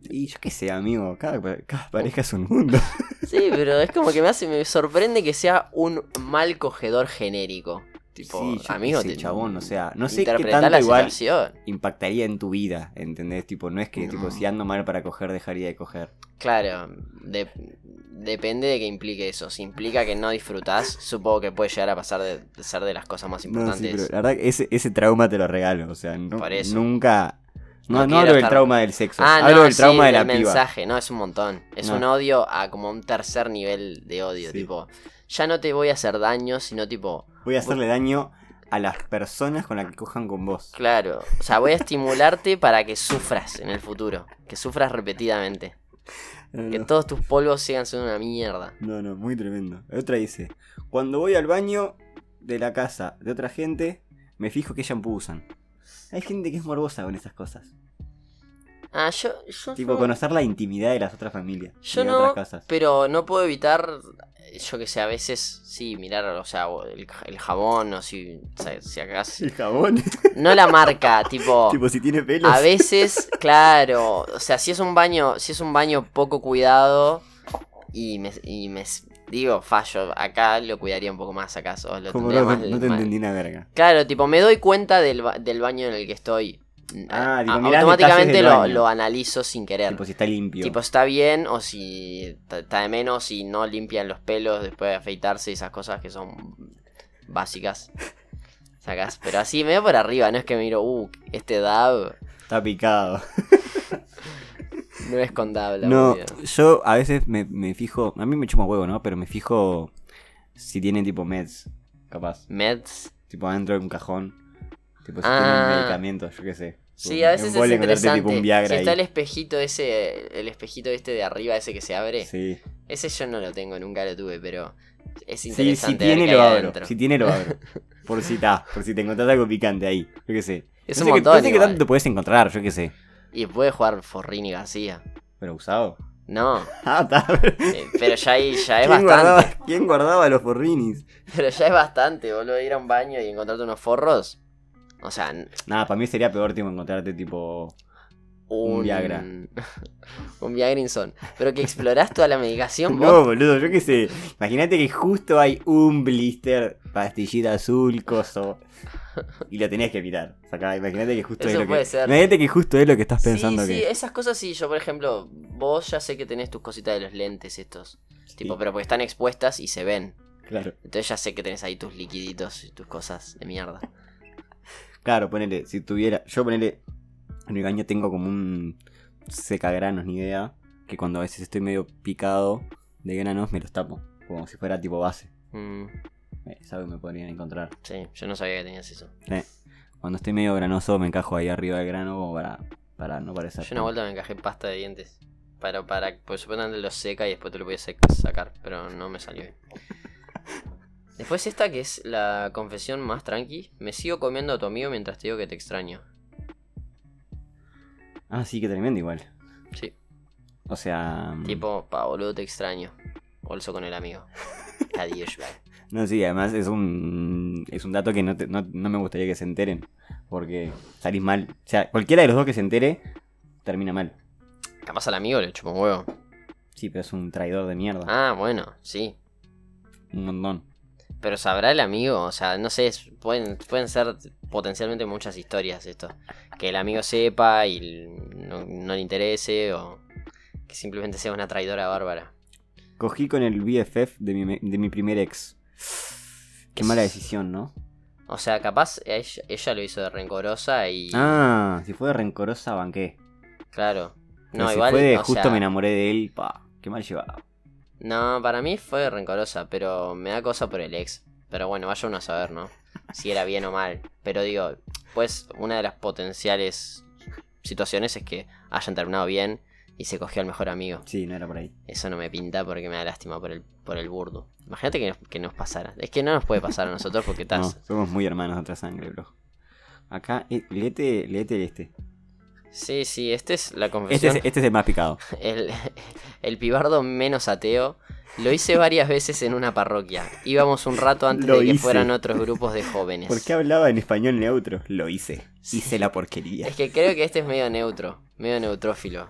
Speaker 2: Y yo qué sé, amigo. Cada, cada pareja es un mundo.
Speaker 1: Sí, pero es como que me hace. Me sorprende que sea un mal cogedor genérico. Tipo,
Speaker 2: Sí, yo qué
Speaker 1: amigo,
Speaker 2: sé,
Speaker 1: te-
Speaker 2: chabón, o sea, no sé qué
Speaker 1: interpretá
Speaker 2: tanto
Speaker 1: la
Speaker 2: igual
Speaker 1: situación.
Speaker 2: impactaría en tu vida, ¿entendés? Tipo, no es que tipo,
Speaker 1: No.
Speaker 2: si ando mal para coger, dejaría de coger.
Speaker 1: Claro, de- depende de que implique eso. Si implica que no disfrutás, supongo que puede llegar a pasar de, de ser de las cosas más
Speaker 2: No, sí,
Speaker 1: importantes.
Speaker 2: pero la verdad que ese, ese trauma te lo regalo, o sea, no-
Speaker 1: Por eso.
Speaker 2: nunca... No,
Speaker 1: No
Speaker 2: no,
Speaker 1: quiero
Speaker 2: hablo del
Speaker 1: estar-
Speaker 2: trauma del sexo,
Speaker 1: Ah,
Speaker 2: hablo
Speaker 1: no,
Speaker 2: del
Speaker 1: sí,
Speaker 2: trauma de la
Speaker 1: del
Speaker 2: piba.
Speaker 1: mensaje, no, es un montón. Es
Speaker 2: No.
Speaker 1: un odio a como un tercer nivel de odio,
Speaker 2: Sí.
Speaker 1: tipo, ya no te voy a hacer daño, sino tipo,
Speaker 2: Voy a hacerle daño a las personas con las que cojan con vos.
Speaker 1: claro, o sea, voy a estimularte para que sufras en el futuro, que sufras repetidamente,
Speaker 2: No,
Speaker 1: que
Speaker 2: no,
Speaker 1: todos tus polvos sigan siendo una mierda.
Speaker 2: no, no, muy tremendo. Otra dice, cuando voy al baño de la casa de otra gente, me fijo qué shampoo usan. Hay gente que es morbosa con esas cosas.
Speaker 1: Ah, yo, yo
Speaker 2: Tipo,
Speaker 1: no,
Speaker 2: conocer la intimidad de las otras familias.
Speaker 1: Yo
Speaker 2: y de
Speaker 1: no,
Speaker 2: otras casas.
Speaker 1: pero no puedo evitar, eh, yo que sé, a veces, sí, mirar, o sea, o el, el jabón, o si, o sea, si acaso,
Speaker 2: El jabón.
Speaker 1: no la marca, tipo...
Speaker 2: tipo, si tiene pelos.
Speaker 1: A veces, claro, o sea, si es un baño, si es un baño poco cuidado y me, y me s- digo, fallo, acá lo cuidaría un poco más acaso, lo
Speaker 2: Como
Speaker 1: tendría
Speaker 2: no, no
Speaker 1: más-
Speaker 2: te
Speaker 1: más-
Speaker 2: entendí una verga.
Speaker 1: Claro, tipo, me doy cuenta del, ba- del baño en el que estoy. mm,
Speaker 2: Ah, digo,
Speaker 1: A-
Speaker 2: mirás detalles
Speaker 1: automáticamente
Speaker 2: del
Speaker 1: lo,
Speaker 2: baño.
Speaker 1: lo analizo sin querer.
Speaker 2: Tipo, si está limpio.
Speaker 1: Tipo, está bien o si ta- está de menos, si no limpian los pelos después de afeitarse y esas cosas que son básicas. Sacás, pero así medio por arriba, no es que miro, uh, este dab
Speaker 2: Está picado.
Speaker 1: no es con dab la
Speaker 2: No,
Speaker 1: movida.
Speaker 2: yo a veces me, me fijo. A mí me chupa huevo, ¿no? Pero me fijo si tienen tipo meds. Capaz.
Speaker 1: Meds.
Speaker 2: Tipo, adentro de un cajón. Tipo, si
Speaker 1: Ah.
Speaker 2: tienen medicamentos, yo qué sé.
Speaker 1: Sí, a veces
Speaker 2: Un
Speaker 1: es
Speaker 2: bol encontrarte,
Speaker 1: interesante.
Speaker 2: tipo un Viagra
Speaker 1: si
Speaker 2: ahí.
Speaker 1: está el espejito ese, el espejito este de arriba, ese que se abre.
Speaker 2: Sí,
Speaker 1: Ese yo no lo tengo, nunca lo tuve, pero es
Speaker 2: Sí,
Speaker 1: interesante.
Speaker 2: si
Speaker 1: ver
Speaker 2: tiene
Speaker 1: qué
Speaker 2: lo
Speaker 1: hay
Speaker 2: abro.
Speaker 1: adentro.
Speaker 2: Si tiene lo abro. Por si está, por si te encontrás algo picante ahí. Yo qué sé.
Speaker 1: Es
Speaker 2: no
Speaker 1: un
Speaker 2: sé qué- no
Speaker 1: montón.
Speaker 2: sé qué
Speaker 1: igual.
Speaker 2: tanto te puedes encontrar, yo qué sé.
Speaker 1: Y puede jugar Forrini García.
Speaker 2: Pero usado.
Speaker 1: No,
Speaker 2: Ah, está.
Speaker 1: eh, pero ya ahí ya es
Speaker 2: ¿Quién
Speaker 1: bastante.
Speaker 2: guardaba, ¿Quién guardaba los forrinis?
Speaker 1: Pero ya es bastante, boludo, ir a un baño y encontrarte unos forros. O sea, n-
Speaker 2: Nada, para mí sería peor tipo encontrarte tipo.
Speaker 1: un,
Speaker 2: Un Viagra.
Speaker 1: un Viagrinson. Pero que explorás toda la medicación, vos.
Speaker 2: No, boludo, yo qué sé. Imagínate que justo hay un blister, pastillita azul, coso. Y lo tenés que evitar. O sea, acá, imagínate que justo
Speaker 1: Eso
Speaker 2: es lo
Speaker 1: puede
Speaker 2: que.
Speaker 1: ser.
Speaker 2: Imagínate que justo es lo que estás pensando
Speaker 1: sí,
Speaker 2: que.
Speaker 1: sí, esas cosas sí, yo por ejemplo, vos ya sé que tenés tus cositas de los lentes estos. Tipo, pero porque están expuestas y se ven.
Speaker 2: Claro.
Speaker 1: Entonces ya sé que tenés ahí tus liquiditos y tus cosas de mierda.
Speaker 2: Claro, ponele, si tuviera. Yo ponele. En mi baño tengo como un secagranos, ni idea. Que cuando a veces estoy medio picado de granos me los tapo. Como si fuera tipo base.
Speaker 1: Mm,
Speaker 2: Eh, Es algo que me podrían encontrar.
Speaker 1: sí, yo no sabía que tenías eso.
Speaker 2: Cuando estoy medio granoso me encajo ahí arriba del grano como para, para no parecer.
Speaker 1: Yo una vuelta me encajé pasta de dientes. Para, para, pues supuestamente lo seca y después te lo voy a sec- sacar, pero no me salió bien. Después esta que es la confesión más tranqui. Me sigo comiendo a tu amigo mientras te digo que te extraño.
Speaker 2: Ah, sí, que tremendo igual.
Speaker 1: Sí.
Speaker 2: O sea. mm,
Speaker 1: Tipo, pa, boludo, te extraño. Bolso con el amigo. Adiós, bye.
Speaker 2: No, sí, además es un. Es un dato que no, te- no, no me gustaría que se enteren. Porque salís mal. O sea, cualquiera de los dos que se entere termina mal.
Speaker 1: Capaz al amigo le chupa un huevo.
Speaker 2: Sí, pero es un traidor de mierda.
Speaker 1: Ah, bueno, sí.
Speaker 2: Un montón.
Speaker 1: Pero sabrá el amigo, o sea, no sé, es- pueden, pueden ser potencialmente muchas historias esto. Que el amigo sepa y l- no, no le interese o que simplemente sea una traidora bárbara.
Speaker 2: Cogí con el BFF de mi, de mi primer ex. Qué mala decisión, ¿no?
Speaker 1: O sea, capaz ella, ella lo hizo de rencorosa y...
Speaker 2: Ah, si fue de rencorosa, banqué.
Speaker 1: Claro.
Speaker 2: Pero
Speaker 1: No,
Speaker 2: si
Speaker 1: igual...
Speaker 2: fue de
Speaker 1: o
Speaker 2: justo
Speaker 1: sea,
Speaker 2: me enamoré de él, pa. Qué mal llevado.
Speaker 1: No, para mí fue rencorosa, pero me da cosa por el ex. Pero bueno, vaya uno a saber, ¿no? Si era bien o mal. Pero digo, pues una de las potenciales situaciones es que hayan terminado bien y se cogió al mejor amigo.
Speaker 2: Sí, no era por ahí.
Speaker 1: Eso no me pinta porque me da lástima por el, por el burdo. Imagínate que, nos- que nos pasara. Es que no nos puede pasar a nosotros porque
Speaker 2: No,
Speaker 1: estás.
Speaker 2: somos muy hermanos de otra sangre, bro. Acá, eh, léete, léete el este.
Speaker 1: Sí, sí, este es la
Speaker 2: Este
Speaker 1: confesión.
Speaker 2: es, este es el más picado.
Speaker 1: El, el pibardo menos ateo. Lo hice varias veces en una parroquia. Íbamos un rato antes
Speaker 2: Lo
Speaker 1: de que
Speaker 2: hice.
Speaker 1: fueran otros grupos de jóvenes.
Speaker 2: ¿Por qué hablaba en español neutro? Lo hice. Hice la porquería.
Speaker 1: Es que creo que este es medio neutro, medio neutrófilo.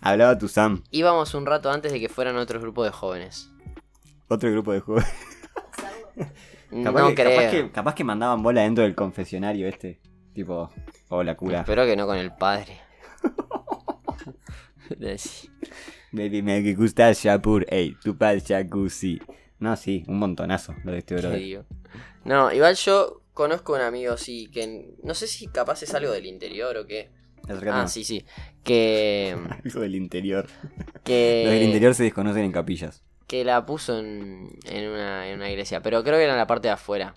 Speaker 2: Hablaba tu Sam,
Speaker 1: Íbamos un rato antes de que fueran otros grupos de jóvenes.
Speaker 2: otro grupo de juegos.
Speaker 1: Mm, no
Speaker 2: que,
Speaker 1: creo.
Speaker 2: que, capaz que mandaban bola dentro del confesionario este. Tipo, hola cura.
Speaker 1: Espero que no con el padre. Decí.
Speaker 2: Baby, me gusta el Shapur. Ey, tu pal jacuzzi. No, sí, un montonazo lo de este
Speaker 1: ¿Qué
Speaker 2: brother.
Speaker 1: digo? No, igual yo conozco un amigo, sí, que n- no sé si capaz es algo del interior o qué.
Speaker 2: Acercate
Speaker 1: Ah,
Speaker 2: más.
Speaker 1: sí, sí. Que.
Speaker 2: Algo del interior.
Speaker 1: que
Speaker 2: Los del interior se desconocen en capillas.
Speaker 1: Que la puso en, en, una, en una iglesia, pero creo que era en la parte de afuera.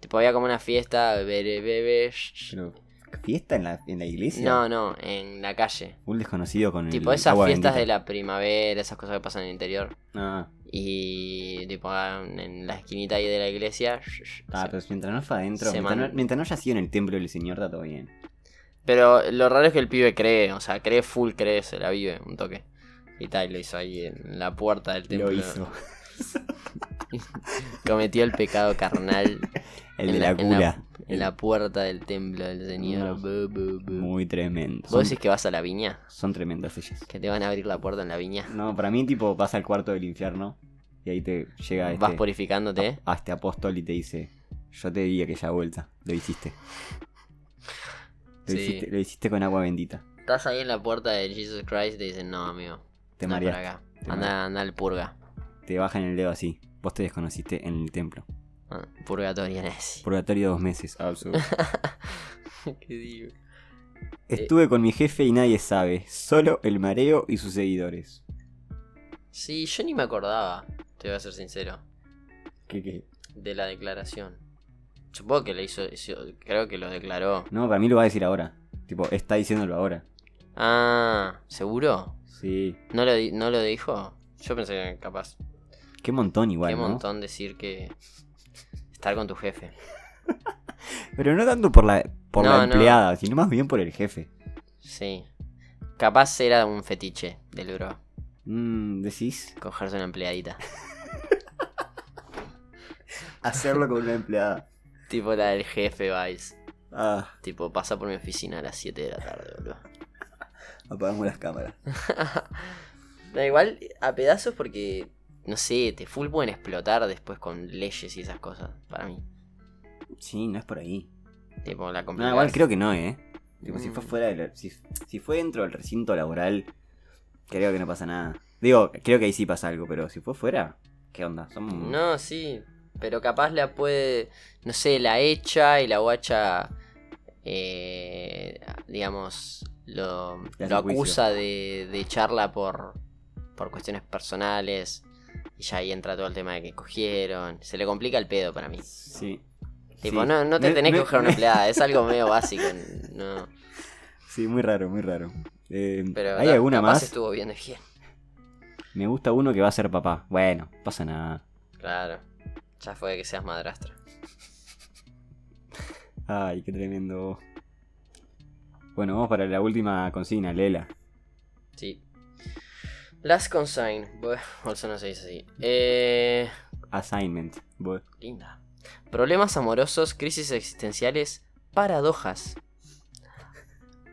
Speaker 1: Tipo, había como una fiesta, bebe, bebe. shh, shh.
Speaker 2: Pero, ¿Fiesta en la, en la iglesia?
Speaker 1: No, no, en la calle.
Speaker 2: Un desconocido con
Speaker 1: Tipo,
Speaker 2: el
Speaker 1: esas
Speaker 2: agua
Speaker 1: fiestas de
Speaker 2: bendita.
Speaker 1: la primavera, esas cosas que pasan en el interior.
Speaker 2: Ah,
Speaker 1: Y, tipo, ah, en la esquinita ahí de la iglesia. shh, shh,
Speaker 2: ah,
Speaker 1: se-
Speaker 2: pero mientras no fue adentro,
Speaker 1: Se
Speaker 2: mientras, no,
Speaker 1: man-
Speaker 2: mientras no haya sido en el templo del Señor, está todo bien.
Speaker 1: Pero lo raro es que el pibe cree, o sea, cree full, cree, se la vive un toque. Y tal, lo hizo ahí en la puerta del templo.
Speaker 2: Lo hizo.
Speaker 1: Cometió el pecado carnal
Speaker 2: El
Speaker 1: En
Speaker 2: de
Speaker 1: la-
Speaker 2: la
Speaker 1: en la-
Speaker 2: cura.
Speaker 1: en la puerta del templo del señor.
Speaker 2: No.
Speaker 1: Bu, bu, bu.
Speaker 2: Muy tremendo. Son,
Speaker 1: Vos decís que vas a la viña,
Speaker 2: son tremendas ellas.
Speaker 1: que te van a abrir la puerta en la viña.
Speaker 2: No, para mí, tipo, vas al cuarto del infierno y ahí te llega este,
Speaker 1: Vas purificándote.
Speaker 2: a este apóstol y te dice: Yo te diría que ya vuelta. Lo hiciste. Lo,
Speaker 1: Sí.
Speaker 2: Ah, hiciste, lo hiciste con agua bendita.
Speaker 1: Estás ahí en la puerta de Jesus Christ y te dicen, no, amigo.
Speaker 2: Te
Speaker 1: anda
Speaker 2: mareaste.
Speaker 1: para acá.
Speaker 2: Te
Speaker 1: Anda, anda al purga.
Speaker 2: Te bajan el dedo así. Vos te desconociste en el templo.
Speaker 1: Ah, Purgatorio Nazi.
Speaker 2: Purgatorio dos meses. Absoluto.
Speaker 1: ¿Qué digo?
Speaker 2: Estuve con mi jefe y nadie sabe. Solo el mareo y sus seguidores.
Speaker 1: Sí, yo ni me acordaba, te voy a ser sincero,
Speaker 2: ¿Qué, qué?
Speaker 1: de la declaración. Supongo que le hizo, hizo- creo que lo declaró.
Speaker 2: No, para mí lo va a decir ahora. Tipo, está diciéndolo ahora.
Speaker 1: Ah, ¿seguro?
Speaker 2: Sí.
Speaker 1: ¿No lo, di- no lo dijo? Yo pensé que capaz.
Speaker 2: Qué montón igual,
Speaker 1: Qué
Speaker 2: ¿no?
Speaker 1: montón decir que... Estar con tu jefe.
Speaker 2: Pero no tanto por la, por la
Speaker 1: No, no.
Speaker 2: empleada, sino más bien por el jefe.
Speaker 1: Sí. Capaz era un fetiche del bro.
Speaker 2: Mm, decís.
Speaker 1: Cogerse una empleadita.
Speaker 2: Hacerlo con una empleada.
Speaker 1: tipo la del jefe, Vice.
Speaker 2: Ah,
Speaker 1: Tipo, pasa por mi oficina a las 7 de la tarde, boludo.
Speaker 2: apagamos las cámaras.
Speaker 1: Da igual a pedazos porque, no sé, te full pueden explotar después con leyes y esas cosas, para mí.
Speaker 2: Sí, no es por ahí.
Speaker 1: Tipo, la
Speaker 2: No,
Speaker 1: complicidad.
Speaker 2: igual creo que no, ¿eh? Tipo, si
Speaker 1: Mm.
Speaker 2: fue fuera de la- si, si fue dentro del recinto laboral, creo que no pasa nada. Digo, creo que ahí sí pasa algo, pero si fue fuera, ¿qué onda? Somos...
Speaker 1: No, sí, pero capaz la puede, no sé, la echa y la guacha, eh, digamos, lo,
Speaker 2: Le hace
Speaker 1: lo
Speaker 2: un juicio.
Speaker 1: acusa de, de echarla por, por cuestiones personales. Y ya ahí entra todo el tema de que cogieron. Se le complica el pedo para mí.
Speaker 2: Sí.
Speaker 1: Tipo,
Speaker 2: Sí.
Speaker 1: no, no te
Speaker 2: Me-
Speaker 1: tenés
Speaker 2: me-
Speaker 1: que coger una
Speaker 2: me-
Speaker 1: empleada, es algo medio básico. No.
Speaker 2: Sí, muy raro, muy raro. Eh,
Speaker 1: Pero
Speaker 2: ¿Hay
Speaker 1: ca-
Speaker 2: alguna
Speaker 1: capaz
Speaker 2: más?
Speaker 1: estuvo bien de bien.
Speaker 2: Me gusta uno que va a ser papá. Bueno, pasa nada.
Speaker 1: Claro. Ya fue que seas madrastra.
Speaker 2: Ay, qué tremendo. Bueno, vamos para la última consigna, Lela.
Speaker 1: Sí. Last consign. Bueno, also no se dice así. Eh,
Speaker 2: Assignment. Bu-
Speaker 1: linda. Problemas amorosos, crisis existenciales, paradojas.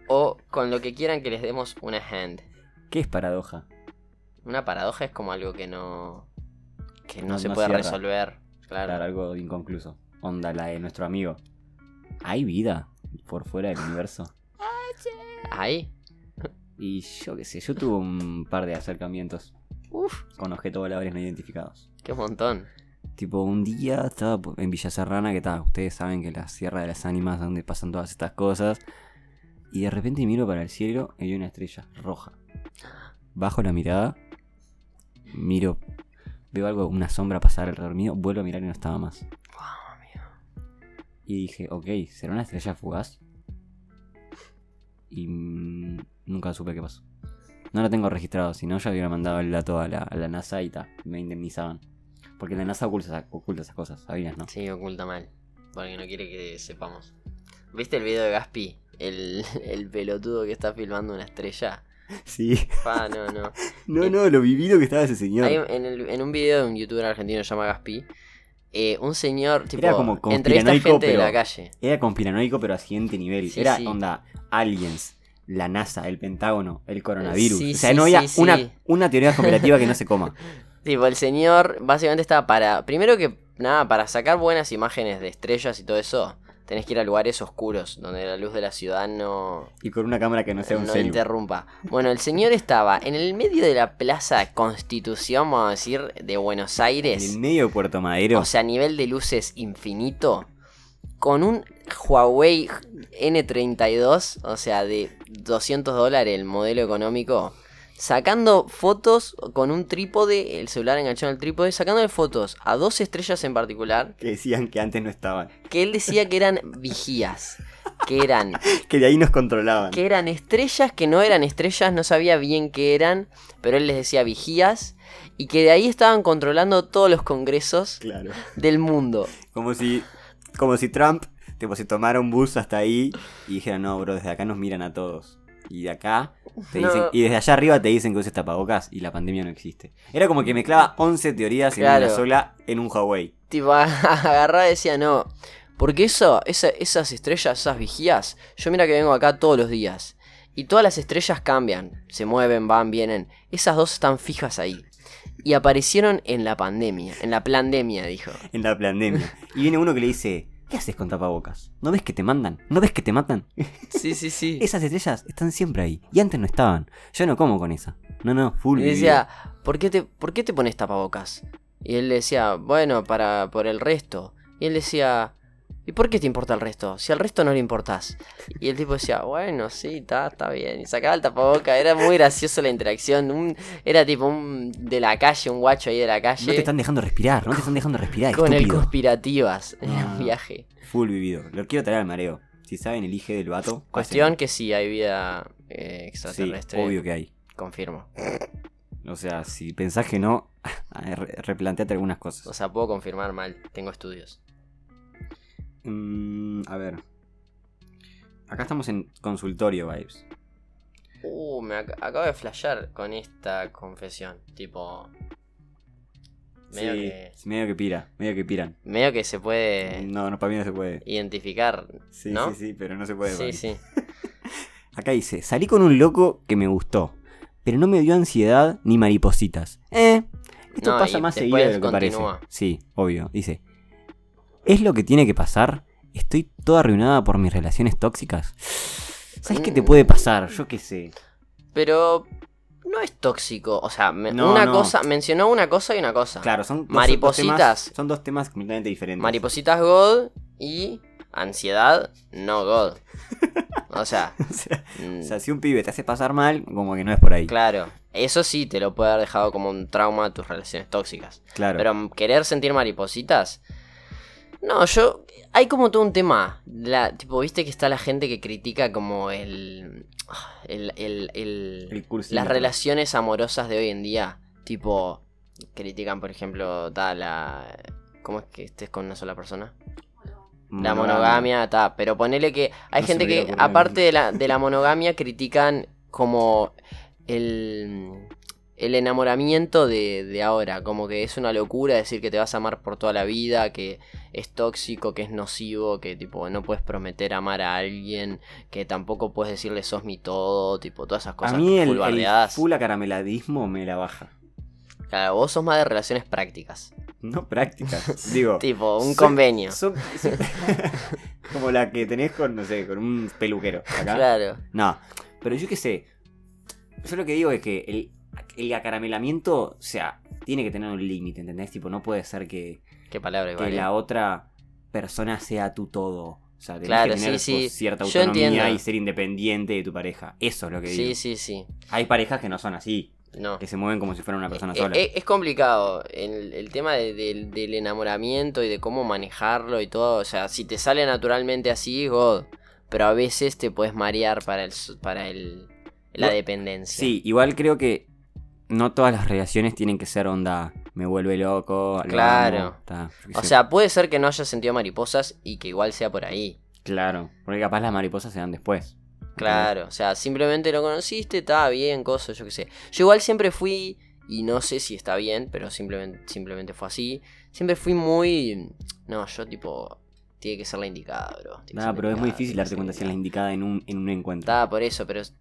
Speaker 1: O con lo que quieran que les demos una hand.
Speaker 2: ¿Qué es paradoja?
Speaker 1: Una paradoja es como algo que no. que no,
Speaker 2: No-
Speaker 1: se
Speaker 2: no
Speaker 1: puede
Speaker 2: cierra.
Speaker 1: resolver. Claro.
Speaker 2: Claro, algo inconcluso. Onda, la de nuestro amigo. ¿Hay vida por fuera del universo?
Speaker 1: Ahí.
Speaker 2: Y yo qué sé, yo tuve un par de acercamientos
Speaker 1: Uf,
Speaker 2: con objetos voladores no identificados.
Speaker 1: qué montón.
Speaker 2: Tipo, un día estaba po- en Villa Serrana, que tal, ustedes saben que la Sierra de las Ánimas es donde pasan todas estas cosas. Y de repente miro para el cielo y hay una estrella roja. Bajo la mirada, miro, veo algo, una sombra pasar alrededor mío, vuelvo a mirar y no estaba más.
Speaker 1: Wow, amigo.
Speaker 2: Y dije, ok, ¿será una estrella fugaz? Y mm, nunca supe qué pasó. No lo tengo registrado, si no ya hubiera mandado el dato a la, a la NASA y ta, me indemnizaban. Porque la NASA oculta, oculta esas cosas, ¿sabías, no?
Speaker 1: Sí, oculta mal. Porque no quiere que sepamos. ¿Viste el video de Gaspi? El, el pelotudo que está filmando una estrella.
Speaker 2: Sí.
Speaker 1: Pa, no, no.
Speaker 2: No, no, lo vivido que estaba ese señor.
Speaker 1: Hay un- en, el- en un video de un youtuber argentino que se llama Gaspi, eh, un señor, tipo,
Speaker 2: Era como
Speaker 1: entrevista a
Speaker 2: conspiranoico,
Speaker 1: gente de
Speaker 2: pero-
Speaker 1: la calle.
Speaker 2: Era conspiranoico, pero a siguiente nivel.
Speaker 1: Sí,
Speaker 2: Era
Speaker 1: sí.
Speaker 2: onda, aliens, la NASA, el Pentágono, el coronavirus.
Speaker 1: Sí,
Speaker 2: o sea,
Speaker 1: sí,
Speaker 2: no había
Speaker 1: sí, sí.
Speaker 2: Una, una teoría cooperativa que no se coma.
Speaker 1: Tipo, el señor básicamente estaba para. Primero que nada, para sacar buenas imágenes de estrellas y todo eso, tenés que ir a lugares oscuros, donde la luz de la ciudad no,
Speaker 2: Y con una cámara que no sea un
Speaker 1: no
Speaker 2: celu.
Speaker 1: interrumpa. Bueno, el señor estaba en el medio de la plaza Constitución, vamos a decir, de Buenos
Speaker 2: En
Speaker 1: Aires.
Speaker 2: el medio de Puerto Madero.
Speaker 1: O sea, nivel de luces infinito. Con un Huawei N32, o sea, de 200 dólares el modelo económico. Sacando fotos con un trípode, el celular enganchado al trípode, sacándole fotos a dos estrellas en particular,
Speaker 2: que decían que antes no estaban.
Speaker 1: que él decía que eran vigías, que eran
Speaker 2: Que de ahí nos controlaban.
Speaker 1: que eran estrellas, que no eran estrellas, no sabía bien qué eran, pero él les decía vigías, y que de ahí estaban controlando todos los congresos
Speaker 2: Claro.
Speaker 1: del mundo.
Speaker 2: Como si, como si Trump tipo, se tomara un bus hasta ahí y dijera, no, bro, desde acá nos miran a todos. Y de acá te
Speaker 1: No.
Speaker 2: dicen, y desde allá arriba te dicen que uses tapabocas y la pandemia no existe. Era como que mezclaba 11 teorías en
Speaker 1: Claro.
Speaker 2: una sola en un Huawei.
Speaker 1: Tipo, agarraba y decía, no, porque eso, esa- esas estrellas, esas vigías, yo mira que vengo acá todos los días, y todas las estrellas cambian, se mueven, van, vienen, esas dos están fijas ahí. Y aparecieron en la pandemia, en la pandemia, dijo.
Speaker 2: En la pandemia. Y viene uno que le dice, ¿qué haces con tapabocas? ¿No ves que te mandan? ¿No ves que te matan?
Speaker 1: Sí, sí, sí.
Speaker 2: Esas estrellas están siempre ahí. Y antes no estaban. Yo no como con esa. No, no, full.
Speaker 1: Y
Speaker 2: vivido.
Speaker 1: decía, ¿por qué, te, ¿por qué te pones tapabocas? Y él decía, bueno, para por el resto. Y él decía, ¿y por qué te importa el resto? Si al resto no le importás. Y el tipo decía, bueno, sí, está, está bien. Y sacaba el tapabocas, era muy graciosa la interacción. un- era tipo un de la calle, un guacho ahí de la calle.
Speaker 2: No te están dejando respirar, no te están dejando respirar.
Speaker 1: con el
Speaker 2: estúpido.
Speaker 1: conspirativas. Era
Speaker 2: Ah.
Speaker 1: un viaje.
Speaker 2: Full vivido. Lo quiero traer al mareo. Si saben el IG del vato.
Speaker 1: Cuestión que sí, hay vida eh,
Speaker 2: pasen. Sí,
Speaker 1: extraterrestre.
Speaker 2: obvio que hay.
Speaker 1: Confirmo.
Speaker 2: O sea, si pensás que no, re- replanteate algunas
Speaker 1: O
Speaker 2: cosas.
Speaker 1: sea, puedo confirmar mal. Tengo estudios.
Speaker 2: Mm, a ver. Acá estamos en consultorio vibes.
Speaker 1: Uh, me ac- acabo de flashear con esta confesión. Tipo. Medio,
Speaker 2: sí,
Speaker 1: que,
Speaker 2: medio que pira, medio que piran.
Speaker 1: medio que se puede
Speaker 2: No, no, para mí no se puede.
Speaker 1: identificar.
Speaker 2: Sí,
Speaker 1: Eh, ¿no?
Speaker 2: sí, sí, pero no se puede. para
Speaker 1: sí,
Speaker 2: mí.
Speaker 1: sí.
Speaker 2: Acá dice, salí con un loco que me gustó, pero no me dio ansiedad ni maripositas. Eh, esto
Speaker 1: No,
Speaker 2: pasa
Speaker 1: y
Speaker 2: más seguido
Speaker 1: después
Speaker 2: de lo que
Speaker 1: continúa.
Speaker 2: parece. Sí, obvio. Dice, ¿es lo que tiene que pasar? ¿Estoy toda arruinada por mis relaciones tóxicas? ¿Sabes qué te
Speaker 1: Mm.
Speaker 2: puede pasar? Yo qué sé.
Speaker 1: Pero no es tóxico. O sea, me-
Speaker 2: No,
Speaker 1: una
Speaker 2: no.
Speaker 1: cosa. Mencionó una cosa y una cosa.
Speaker 2: Claro, son dos- dos
Speaker 1: Maripositas.
Speaker 2: temas- son dos temas completamente diferentes.
Speaker 1: Maripositas God y ansiedad no God. O sea,
Speaker 2: o, sea,
Speaker 1: mm,
Speaker 2: o sea, si un pibe te hace pasar mal, como que no es por ahí.
Speaker 1: claro. Eso sí te lo puede haber dejado como un trauma a tus relaciones tóxicas.
Speaker 2: Claro.
Speaker 1: Pero mm, querer sentir maripositas. No, yo. Hay como todo un tema. La, tipo, viste que está la gente que critica como el. el, el- el-
Speaker 2: El cursímetro.
Speaker 1: las relaciones amorosas de hoy en día. Tipo. Critican, por ejemplo, ta, la. ¿Cómo es que estés con una sola persona? La monogamia, ta. Pero ponele que. Hay
Speaker 2: No se
Speaker 1: gente
Speaker 2: me hubiera
Speaker 1: que,
Speaker 2: ocurrido
Speaker 1: aparte de la, de la monogamia, critican como el. el enamoramiento de, de ahora, como que es una locura decir que te vas a amar por toda la vida, que es tóxico, que es nocivo, que tipo no puedes prometer amar a alguien, que tampoco puedes decirle sos mi todo, tipo todas esas cosas
Speaker 2: a mí el,
Speaker 1: full
Speaker 2: el
Speaker 1: bardeadas.
Speaker 2: full acarameladismo me la baja.
Speaker 1: Claro, vos sos más de relaciones prácticas.
Speaker 2: No práctica. Digo,
Speaker 1: Tipo, un
Speaker 2: soy-
Speaker 1: convenio.
Speaker 2: son- son- como la que tenés con, no sé, con un peluquero. Acá.
Speaker 1: Claro.
Speaker 2: No, pero yo qué sé. Yo lo que digo es que el, el acaramelamiento, o sea, tiene que tener un límite, ¿entendés? Tipo, no puede ser que,
Speaker 1: Qué palabra
Speaker 2: que
Speaker 1: igual.
Speaker 2: la
Speaker 1: eh.
Speaker 2: otra persona sea tu todo. O sea, tenés
Speaker 1: Claro,
Speaker 2: que tener
Speaker 1: sí,
Speaker 2: tipo,
Speaker 1: sí.
Speaker 2: cierta
Speaker 1: Yo
Speaker 2: autonomía
Speaker 1: entiendo.
Speaker 2: y ser independiente de tu pareja. Eso es lo que digo.
Speaker 1: Sí, sí, sí.
Speaker 2: Hay parejas que no son así,
Speaker 1: No.
Speaker 2: que se mueven como si fueran una persona
Speaker 1: Eh,
Speaker 2: sola.
Speaker 1: eh, Es, complicado el, el tema de- del- del enamoramiento y de cómo manejarlo y todo. O sea, si te sale naturalmente así, God. Pero a veces te puedes marear para el s- para el la
Speaker 2: Lo-
Speaker 1: dependencia.
Speaker 2: Sí, igual creo que no todas las relaciones tienen que ser onda, me vuelve loco. lo
Speaker 1: Claro.
Speaker 2: amo, ta, yo qué
Speaker 1: O
Speaker 2: sé.
Speaker 1: sea, puede ser que no hayas sentido mariposas y que igual sea por ahí.
Speaker 2: Claro, porque capaz las mariposas se dan después.
Speaker 1: Claro, o sea, simplemente lo conociste, estaba bien, cosas, yo qué sé. Yo igual siempre fui, y no sé si está bien, pero simplemente, simplemente fue así. Siempre fui muy. No, yo tipo. Tiene que ser la indicada, bro. tiene que ser
Speaker 2: Nada,
Speaker 1: la
Speaker 2: pero es muy
Speaker 1: indicada, tiene
Speaker 2: difícil
Speaker 1: que
Speaker 2: darte
Speaker 1: ser
Speaker 2: cuenta si es la indicada en un, en un encuentro.
Speaker 1: Está por eso, pero s-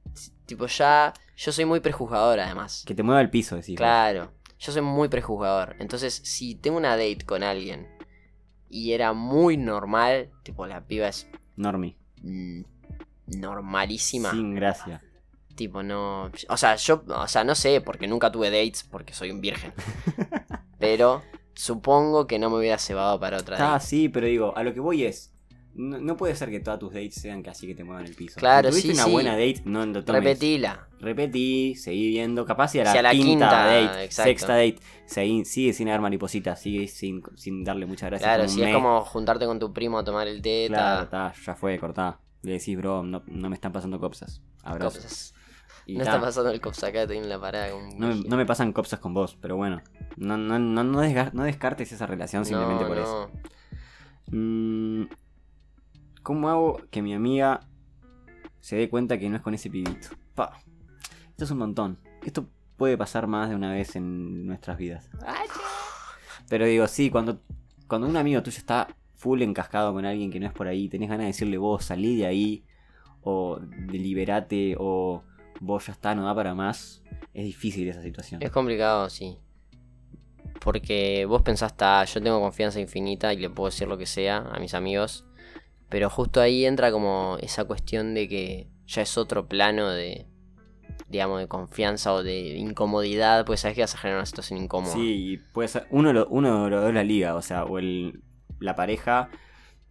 Speaker 1: tipo ya. Yo soy muy prejuzgador además.
Speaker 2: Que te mueva el piso, decís.
Speaker 1: Claro, yo soy muy prejuzgador. Entonces, si tengo una date con alguien y era muy normal, tipo la piba es
Speaker 2: Normi.
Speaker 1: mm, normalísima.
Speaker 2: Sin gracia.
Speaker 1: Tipo, no. O sea, yo. O sea, no sé, porque nunca tuve dates, porque soy un virgen. Pero supongo que no me hubiera cebado para otra
Speaker 2: Está
Speaker 1: date.
Speaker 2: así, pero digo, a lo que voy es. No, no puede ser que todas tus dates sean que así que te muevan el piso.
Speaker 1: Claro,
Speaker 2: si tuviste
Speaker 1: sí,
Speaker 2: una
Speaker 1: sí.
Speaker 2: buena date, no lo tomes.
Speaker 1: Repetila.
Speaker 2: Repetí, seguí viendo. Capaz si a la,
Speaker 1: Si a la
Speaker 2: quinta,
Speaker 1: quinta,
Speaker 2: date,
Speaker 1: exacto.
Speaker 2: sexta date, seguí- sigue sin haber maripositas, sigue sin, sin darle muchas gracias.
Speaker 1: Claro,
Speaker 2: como un
Speaker 1: si es
Speaker 2: mes.
Speaker 1: como juntarte con tu primo a tomar el té.
Speaker 2: Claro,
Speaker 1: ta-
Speaker 2: ta, ya fue, cortá. Le decís, bro, no, no me están pasando copsas. Abrazos.
Speaker 1: cosas.
Speaker 2: Y
Speaker 1: No
Speaker 2: ta.
Speaker 1: está pasando el cops acá, en la parada. con un
Speaker 2: No me,
Speaker 1: virgen.
Speaker 2: no me pasan copsas con vos, pero bueno. No, no, no, no, desga- no descartes esa relación simplemente
Speaker 1: No,
Speaker 2: por
Speaker 1: no.
Speaker 2: eso. Mm, ¿Cómo hago que mi amiga se dé cuenta que no es con ese pibito? Pa. Esto es un montón. Esto puede pasar más de una vez en nuestras vidas. Pero digo, sí, cuando, cuando un amigo tuyo está full encascado con alguien que no es por ahí, tenés ganas de decirle vos, salí de ahí, o liberate, o vos ya está, no da para más. Es difícil esa situación.
Speaker 1: Es complicado, sí. Porque vos pensás, "Ta, yo tengo confianza infinita y le puedo decir lo que sea a mis amigos. Pero justo ahí entra como esa cuestión de que ya es otro plano de, digamos, de confianza o de incomodidad, pues sabes que vas a generar una situación incómoda.
Speaker 2: Sí, y puede ser. Uno, lo- uno de los dos la liga, o sea, o el, la pareja,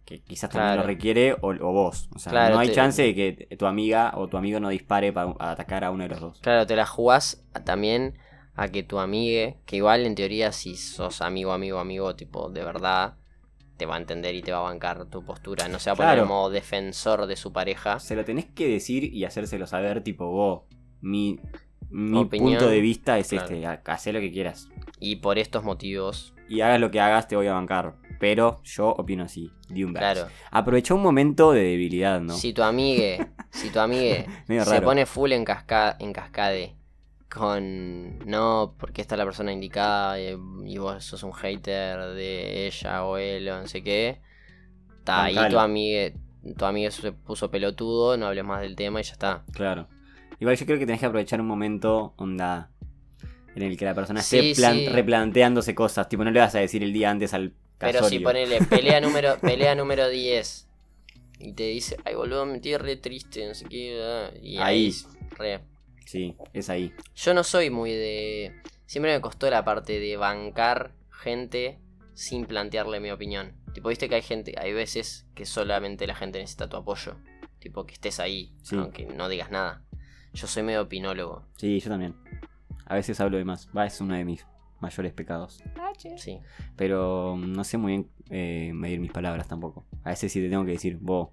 Speaker 2: que quizás también
Speaker 1: Claro.
Speaker 2: lo requiere, o, o vos. O sea,
Speaker 1: Claro,
Speaker 2: no hay
Speaker 1: te-
Speaker 2: chance de que tu amiga o tu amigo no dispare para atacar a uno de los dos.
Speaker 1: Claro, te la jugás a- también a que tu amigue, que igual en teoría si sos amigo, amigo, amigo, tipo de verdad, te va a entender y te va a bancar tu postura, no se va a poner
Speaker 2: Claro.
Speaker 1: como defensor de su pareja.
Speaker 2: Se lo tenés que decir y hacérselo saber, tipo, vos, mi, mi
Speaker 1: Opinión.
Speaker 2: punto de vista es
Speaker 1: Claro.
Speaker 2: este, ha- hacé lo que quieras.
Speaker 1: Y por estos motivos,
Speaker 2: Y hagas lo que hagas, te voy a bancar. Pero yo opino así, de un brazo.
Speaker 1: claro,
Speaker 2: Aprovechó un momento de debilidad, ¿no?
Speaker 1: si tu amigue, si tu amigue
Speaker 2: Medio
Speaker 1: se
Speaker 2: raro.
Speaker 1: pone full en, casca en cascade con no, porque esta es la persona indicada eh, y vos sos un hater de ella o él o no sé qué, está ahí tu
Speaker 2: Bancala.
Speaker 1: amigue, tu amigue se puso pelotudo, no hables más del tema y ya está.
Speaker 2: Claro. Igual yo creo que tenés que aprovechar un momento, onda, en el que la persona
Speaker 1: Sí,
Speaker 2: esté plan-
Speaker 1: sí.
Speaker 2: replanteándose cosas. Tipo, no le vas a decir el día antes al
Speaker 1: Pero si
Speaker 2: casorio.
Speaker 1: ponele pelea número, pelea número 10 y te dice, ay boludo, me tiene re triste, no sé qué, ah", y ahí,
Speaker 2: Ahí.
Speaker 1: es re-
Speaker 2: Sí, es ahí.
Speaker 1: Yo no soy muy de. Siempre me costó la parte de bancar gente sin plantearle mi opinión. Tipo, viste que hay gente, hay veces que solamente la gente necesita tu apoyo. Tipo, que estés ahí,
Speaker 2: Sí.
Speaker 1: aunque no digas nada. Yo soy medio opinólogo,
Speaker 2: Sí, yo también. A veces hablo de más. Va, es uno de mis mayores pecados.
Speaker 1: sí.
Speaker 2: Pero no sé muy bien eh, medir mis palabras tampoco. A veces si te tengo que decir, vos,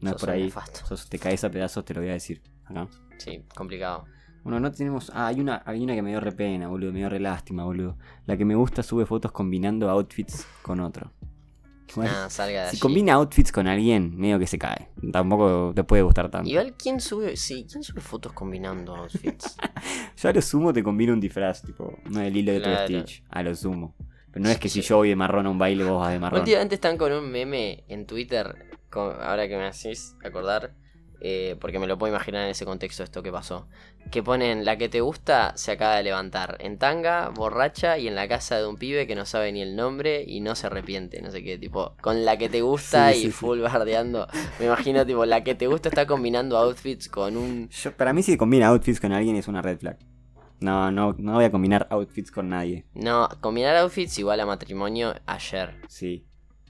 Speaker 2: no
Speaker 1: Sos
Speaker 2: es por
Speaker 1: un
Speaker 2: ahí.
Speaker 1: nefasto.
Speaker 2: Sos- te caes a pedazos, te lo voy a decir. Acá.
Speaker 1: Sí, complicado.
Speaker 2: Bueno, no tenemos. Ah, hay una, hay una que me dio re pena, boludo. Me dio re lástima, boludo. La que me gusta sube fotos combinando outfits con otro. Igual,
Speaker 1: Nada, salga de
Speaker 2: si
Speaker 1: allí.
Speaker 2: combina outfits con alguien, medio que se cae. Tampoco te puede gustar tanto.
Speaker 1: Igual, ¿quién sube, sí, ¿quién sube fotos combinando outfits?
Speaker 2: Yo a lo sumo te combino un disfraz, tipo, no el hilo de
Speaker 1: Claro.
Speaker 2: tu Stitch. A lo sumo. Pero no es que si yo voy de marrón a un baile, vos vas de marrón.
Speaker 1: Últimamente están con un meme en Twitter, con- ahora que me hacís acordar, eh, porque me lo puedo imaginar en ese contexto esto que pasó. Que ponen, la que te gusta se acaba de levantar, en tanga, borracha y en la casa de un pibe que no sabe ni el nombre y no se arrepiente, no sé qué, tipo, con la que te gusta
Speaker 2: Sí,
Speaker 1: y
Speaker 2: sí, sí.
Speaker 1: full bardeando. Me imagino, tipo, la que te gusta está combinando outfits con un...
Speaker 2: Yo- para mí si combina outfits con alguien es una red flag. No, no, no voy a combinar outfits con nadie.
Speaker 1: No, combinar outfits igual a matrimonio ayer.
Speaker 2: Sí.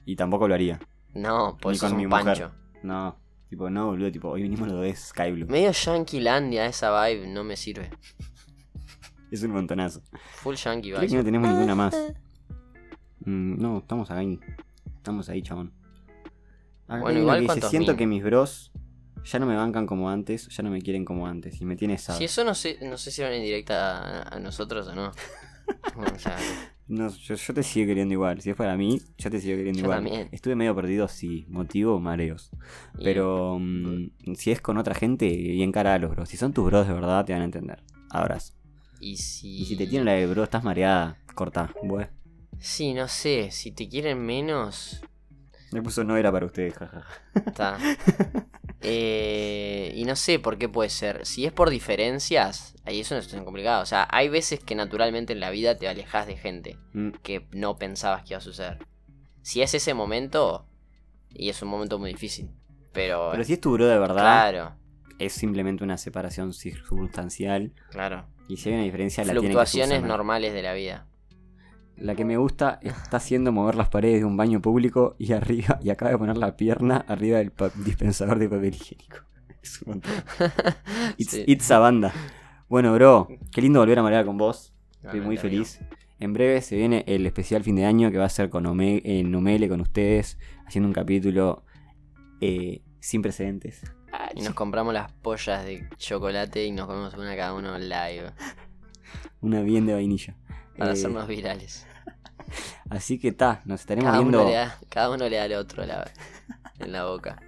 Speaker 2: Y tampoco lo haría.
Speaker 1: No, por
Speaker 2: Ni
Speaker 1: eso es
Speaker 2: con mi
Speaker 1: un
Speaker 2: mujer.
Speaker 1: pancho.
Speaker 2: No. Tipo, no, boludo, tipo, hoy venimos los dos Sky Blue.
Speaker 1: Medio Yankeelandia esa vibe, no me sirve.
Speaker 2: Es un montonazo.
Speaker 1: Full Yankee
Speaker 2: Creo que
Speaker 1: vibe.
Speaker 2: no tenemos ninguna más. Mm, no, estamos ahí. Estamos ahí, chabón. Acá
Speaker 1: Bueno,
Speaker 2: hay uno
Speaker 1: igual,
Speaker 2: que dice,
Speaker 1: ¿cuántos
Speaker 2: siento
Speaker 1: mil?
Speaker 2: que mis bros ya no me bancan como antes, ya no me quieren como antes. Y me tiene sad.
Speaker 1: Si eso no sé, no sé si van en directa a, a nosotros o no. O sea,
Speaker 2: No, yo, yo te sigo queriendo igual. Si es para mí, yo te sigo queriendo
Speaker 1: Yo
Speaker 2: igual.
Speaker 1: también.
Speaker 2: Estuve medio perdido, sí. Motivo, mareos.
Speaker 1: y-
Speaker 2: Pero mm, si es con otra gente, bien cara a los bros. Si son tus bros de verdad, te van a entender. Abrazo.
Speaker 1: Y si...
Speaker 2: Y si te tienen la de bro, estás mareada, corta. Bueno.
Speaker 1: Sí, no sé, si te quieren menos...
Speaker 2: Me puso no era para ustedes, jaja.
Speaker 1: Está. Eh, y no sé por qué puede ser. Si es por diferencias, ahí es una situación complicada. O sea, hay veces que naturalmente en la vida te alejas de gente
Speaker 2: Mm,
Speaker 1: que no pensabas que iba a suceder. Si es ese momento, y es un momento muy difícil. Pero...
Speaker 2: Pero si es tu bro de verdad,
Speaker 1: claro,
Speaker 2: es simplemente una separación circunstancial.
Speaker 1: claro.
Speaker 2: Y si hay una diferencia, la tiene que
Speaker 1: Fluctuaciones
Speaker 2: subsanar.
Speaker 1: normales de la vida.
Speaker 2: La que me gusta está haciendo mover las paredes de un baño público y arriba y acaba de poner la pierna arriba del pa- dispensador de papel higiénico. Es un montón. It's,
Speaker 1: Sí.
Speaker 2: it's a banda. Bueno, bro, qué lindo volver a marear con vos. Estoy
Speaker 1: Realmente,
Speaker 2: muy
Speaker 1: amigo.
Speaker 2: feliz. En breve se viene el especial fin de año que va a ser con Ome en Numele con ustedes, haciendo un capítulo eh, sin precedentes.
Speaker 1: Y nos compramos las pollas de chocolate y nos comemos una cada uno live
Speaker 2: Una bien de vainilla.
Speaker 1: para
Speaker 2: Eh,
Speaker 1: hacernos virales.
Speaker 2: Así que ta, nos estaremos
Speaker 1: Cada uno,
Speaker 2: viendo.
Speaker 1: le da, cada uno le da al otro la- en la boca.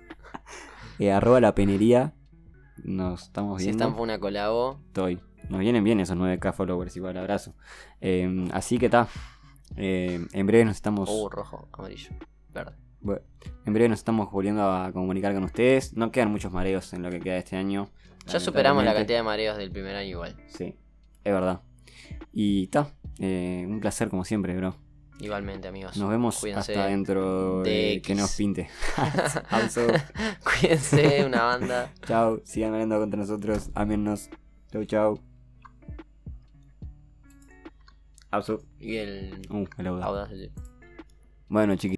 Speaker 2: eh, arroba la penería. Nos estamos
Speaker 1: Si
Speaker 2: viendo.
Speaker 1: están por una colabo,
Speaker 2: Estoy. Nos vienen bien esos 9k followers, igual abrazo. Eh, así que ta. Eh, en breve nos estamos.
Speaker 1: uh, rojo, amarillo, verde.
Speaker 2: Bueno, en breve nos estamos volviendo a comunicar con ustedes. No quedan muchos mareos en lo que queda de este año.
Speaker 1: Ya superamos la
Speaker 2: lamentablemente.
Speaker 1: cantidad de mareos del primer año igual,
Speaker 2: Sí, es verdad. Y ta, eh, un placer como siempre, bro.
Speaker 1: igualmente amigos.
Speaker 2: Nos vemos
Speaker 1: Cuídense
Speaker 2: hasta dentro
Speaker 1: de
Speaker 2: eh, que nos
Speaker 1: X.
Speaker 2: pinte. Also,
Speaker 1: Cuídense, una banda.
Speaker 2: chao, sigan hablando contra nosotros. Amennos. Chau, chau. Also,
Speaker 1: Y el
Speaker 2: uh, el audio.
Speaker 1: audaz.
Speaker 2: Uh, Bueno, chiquis.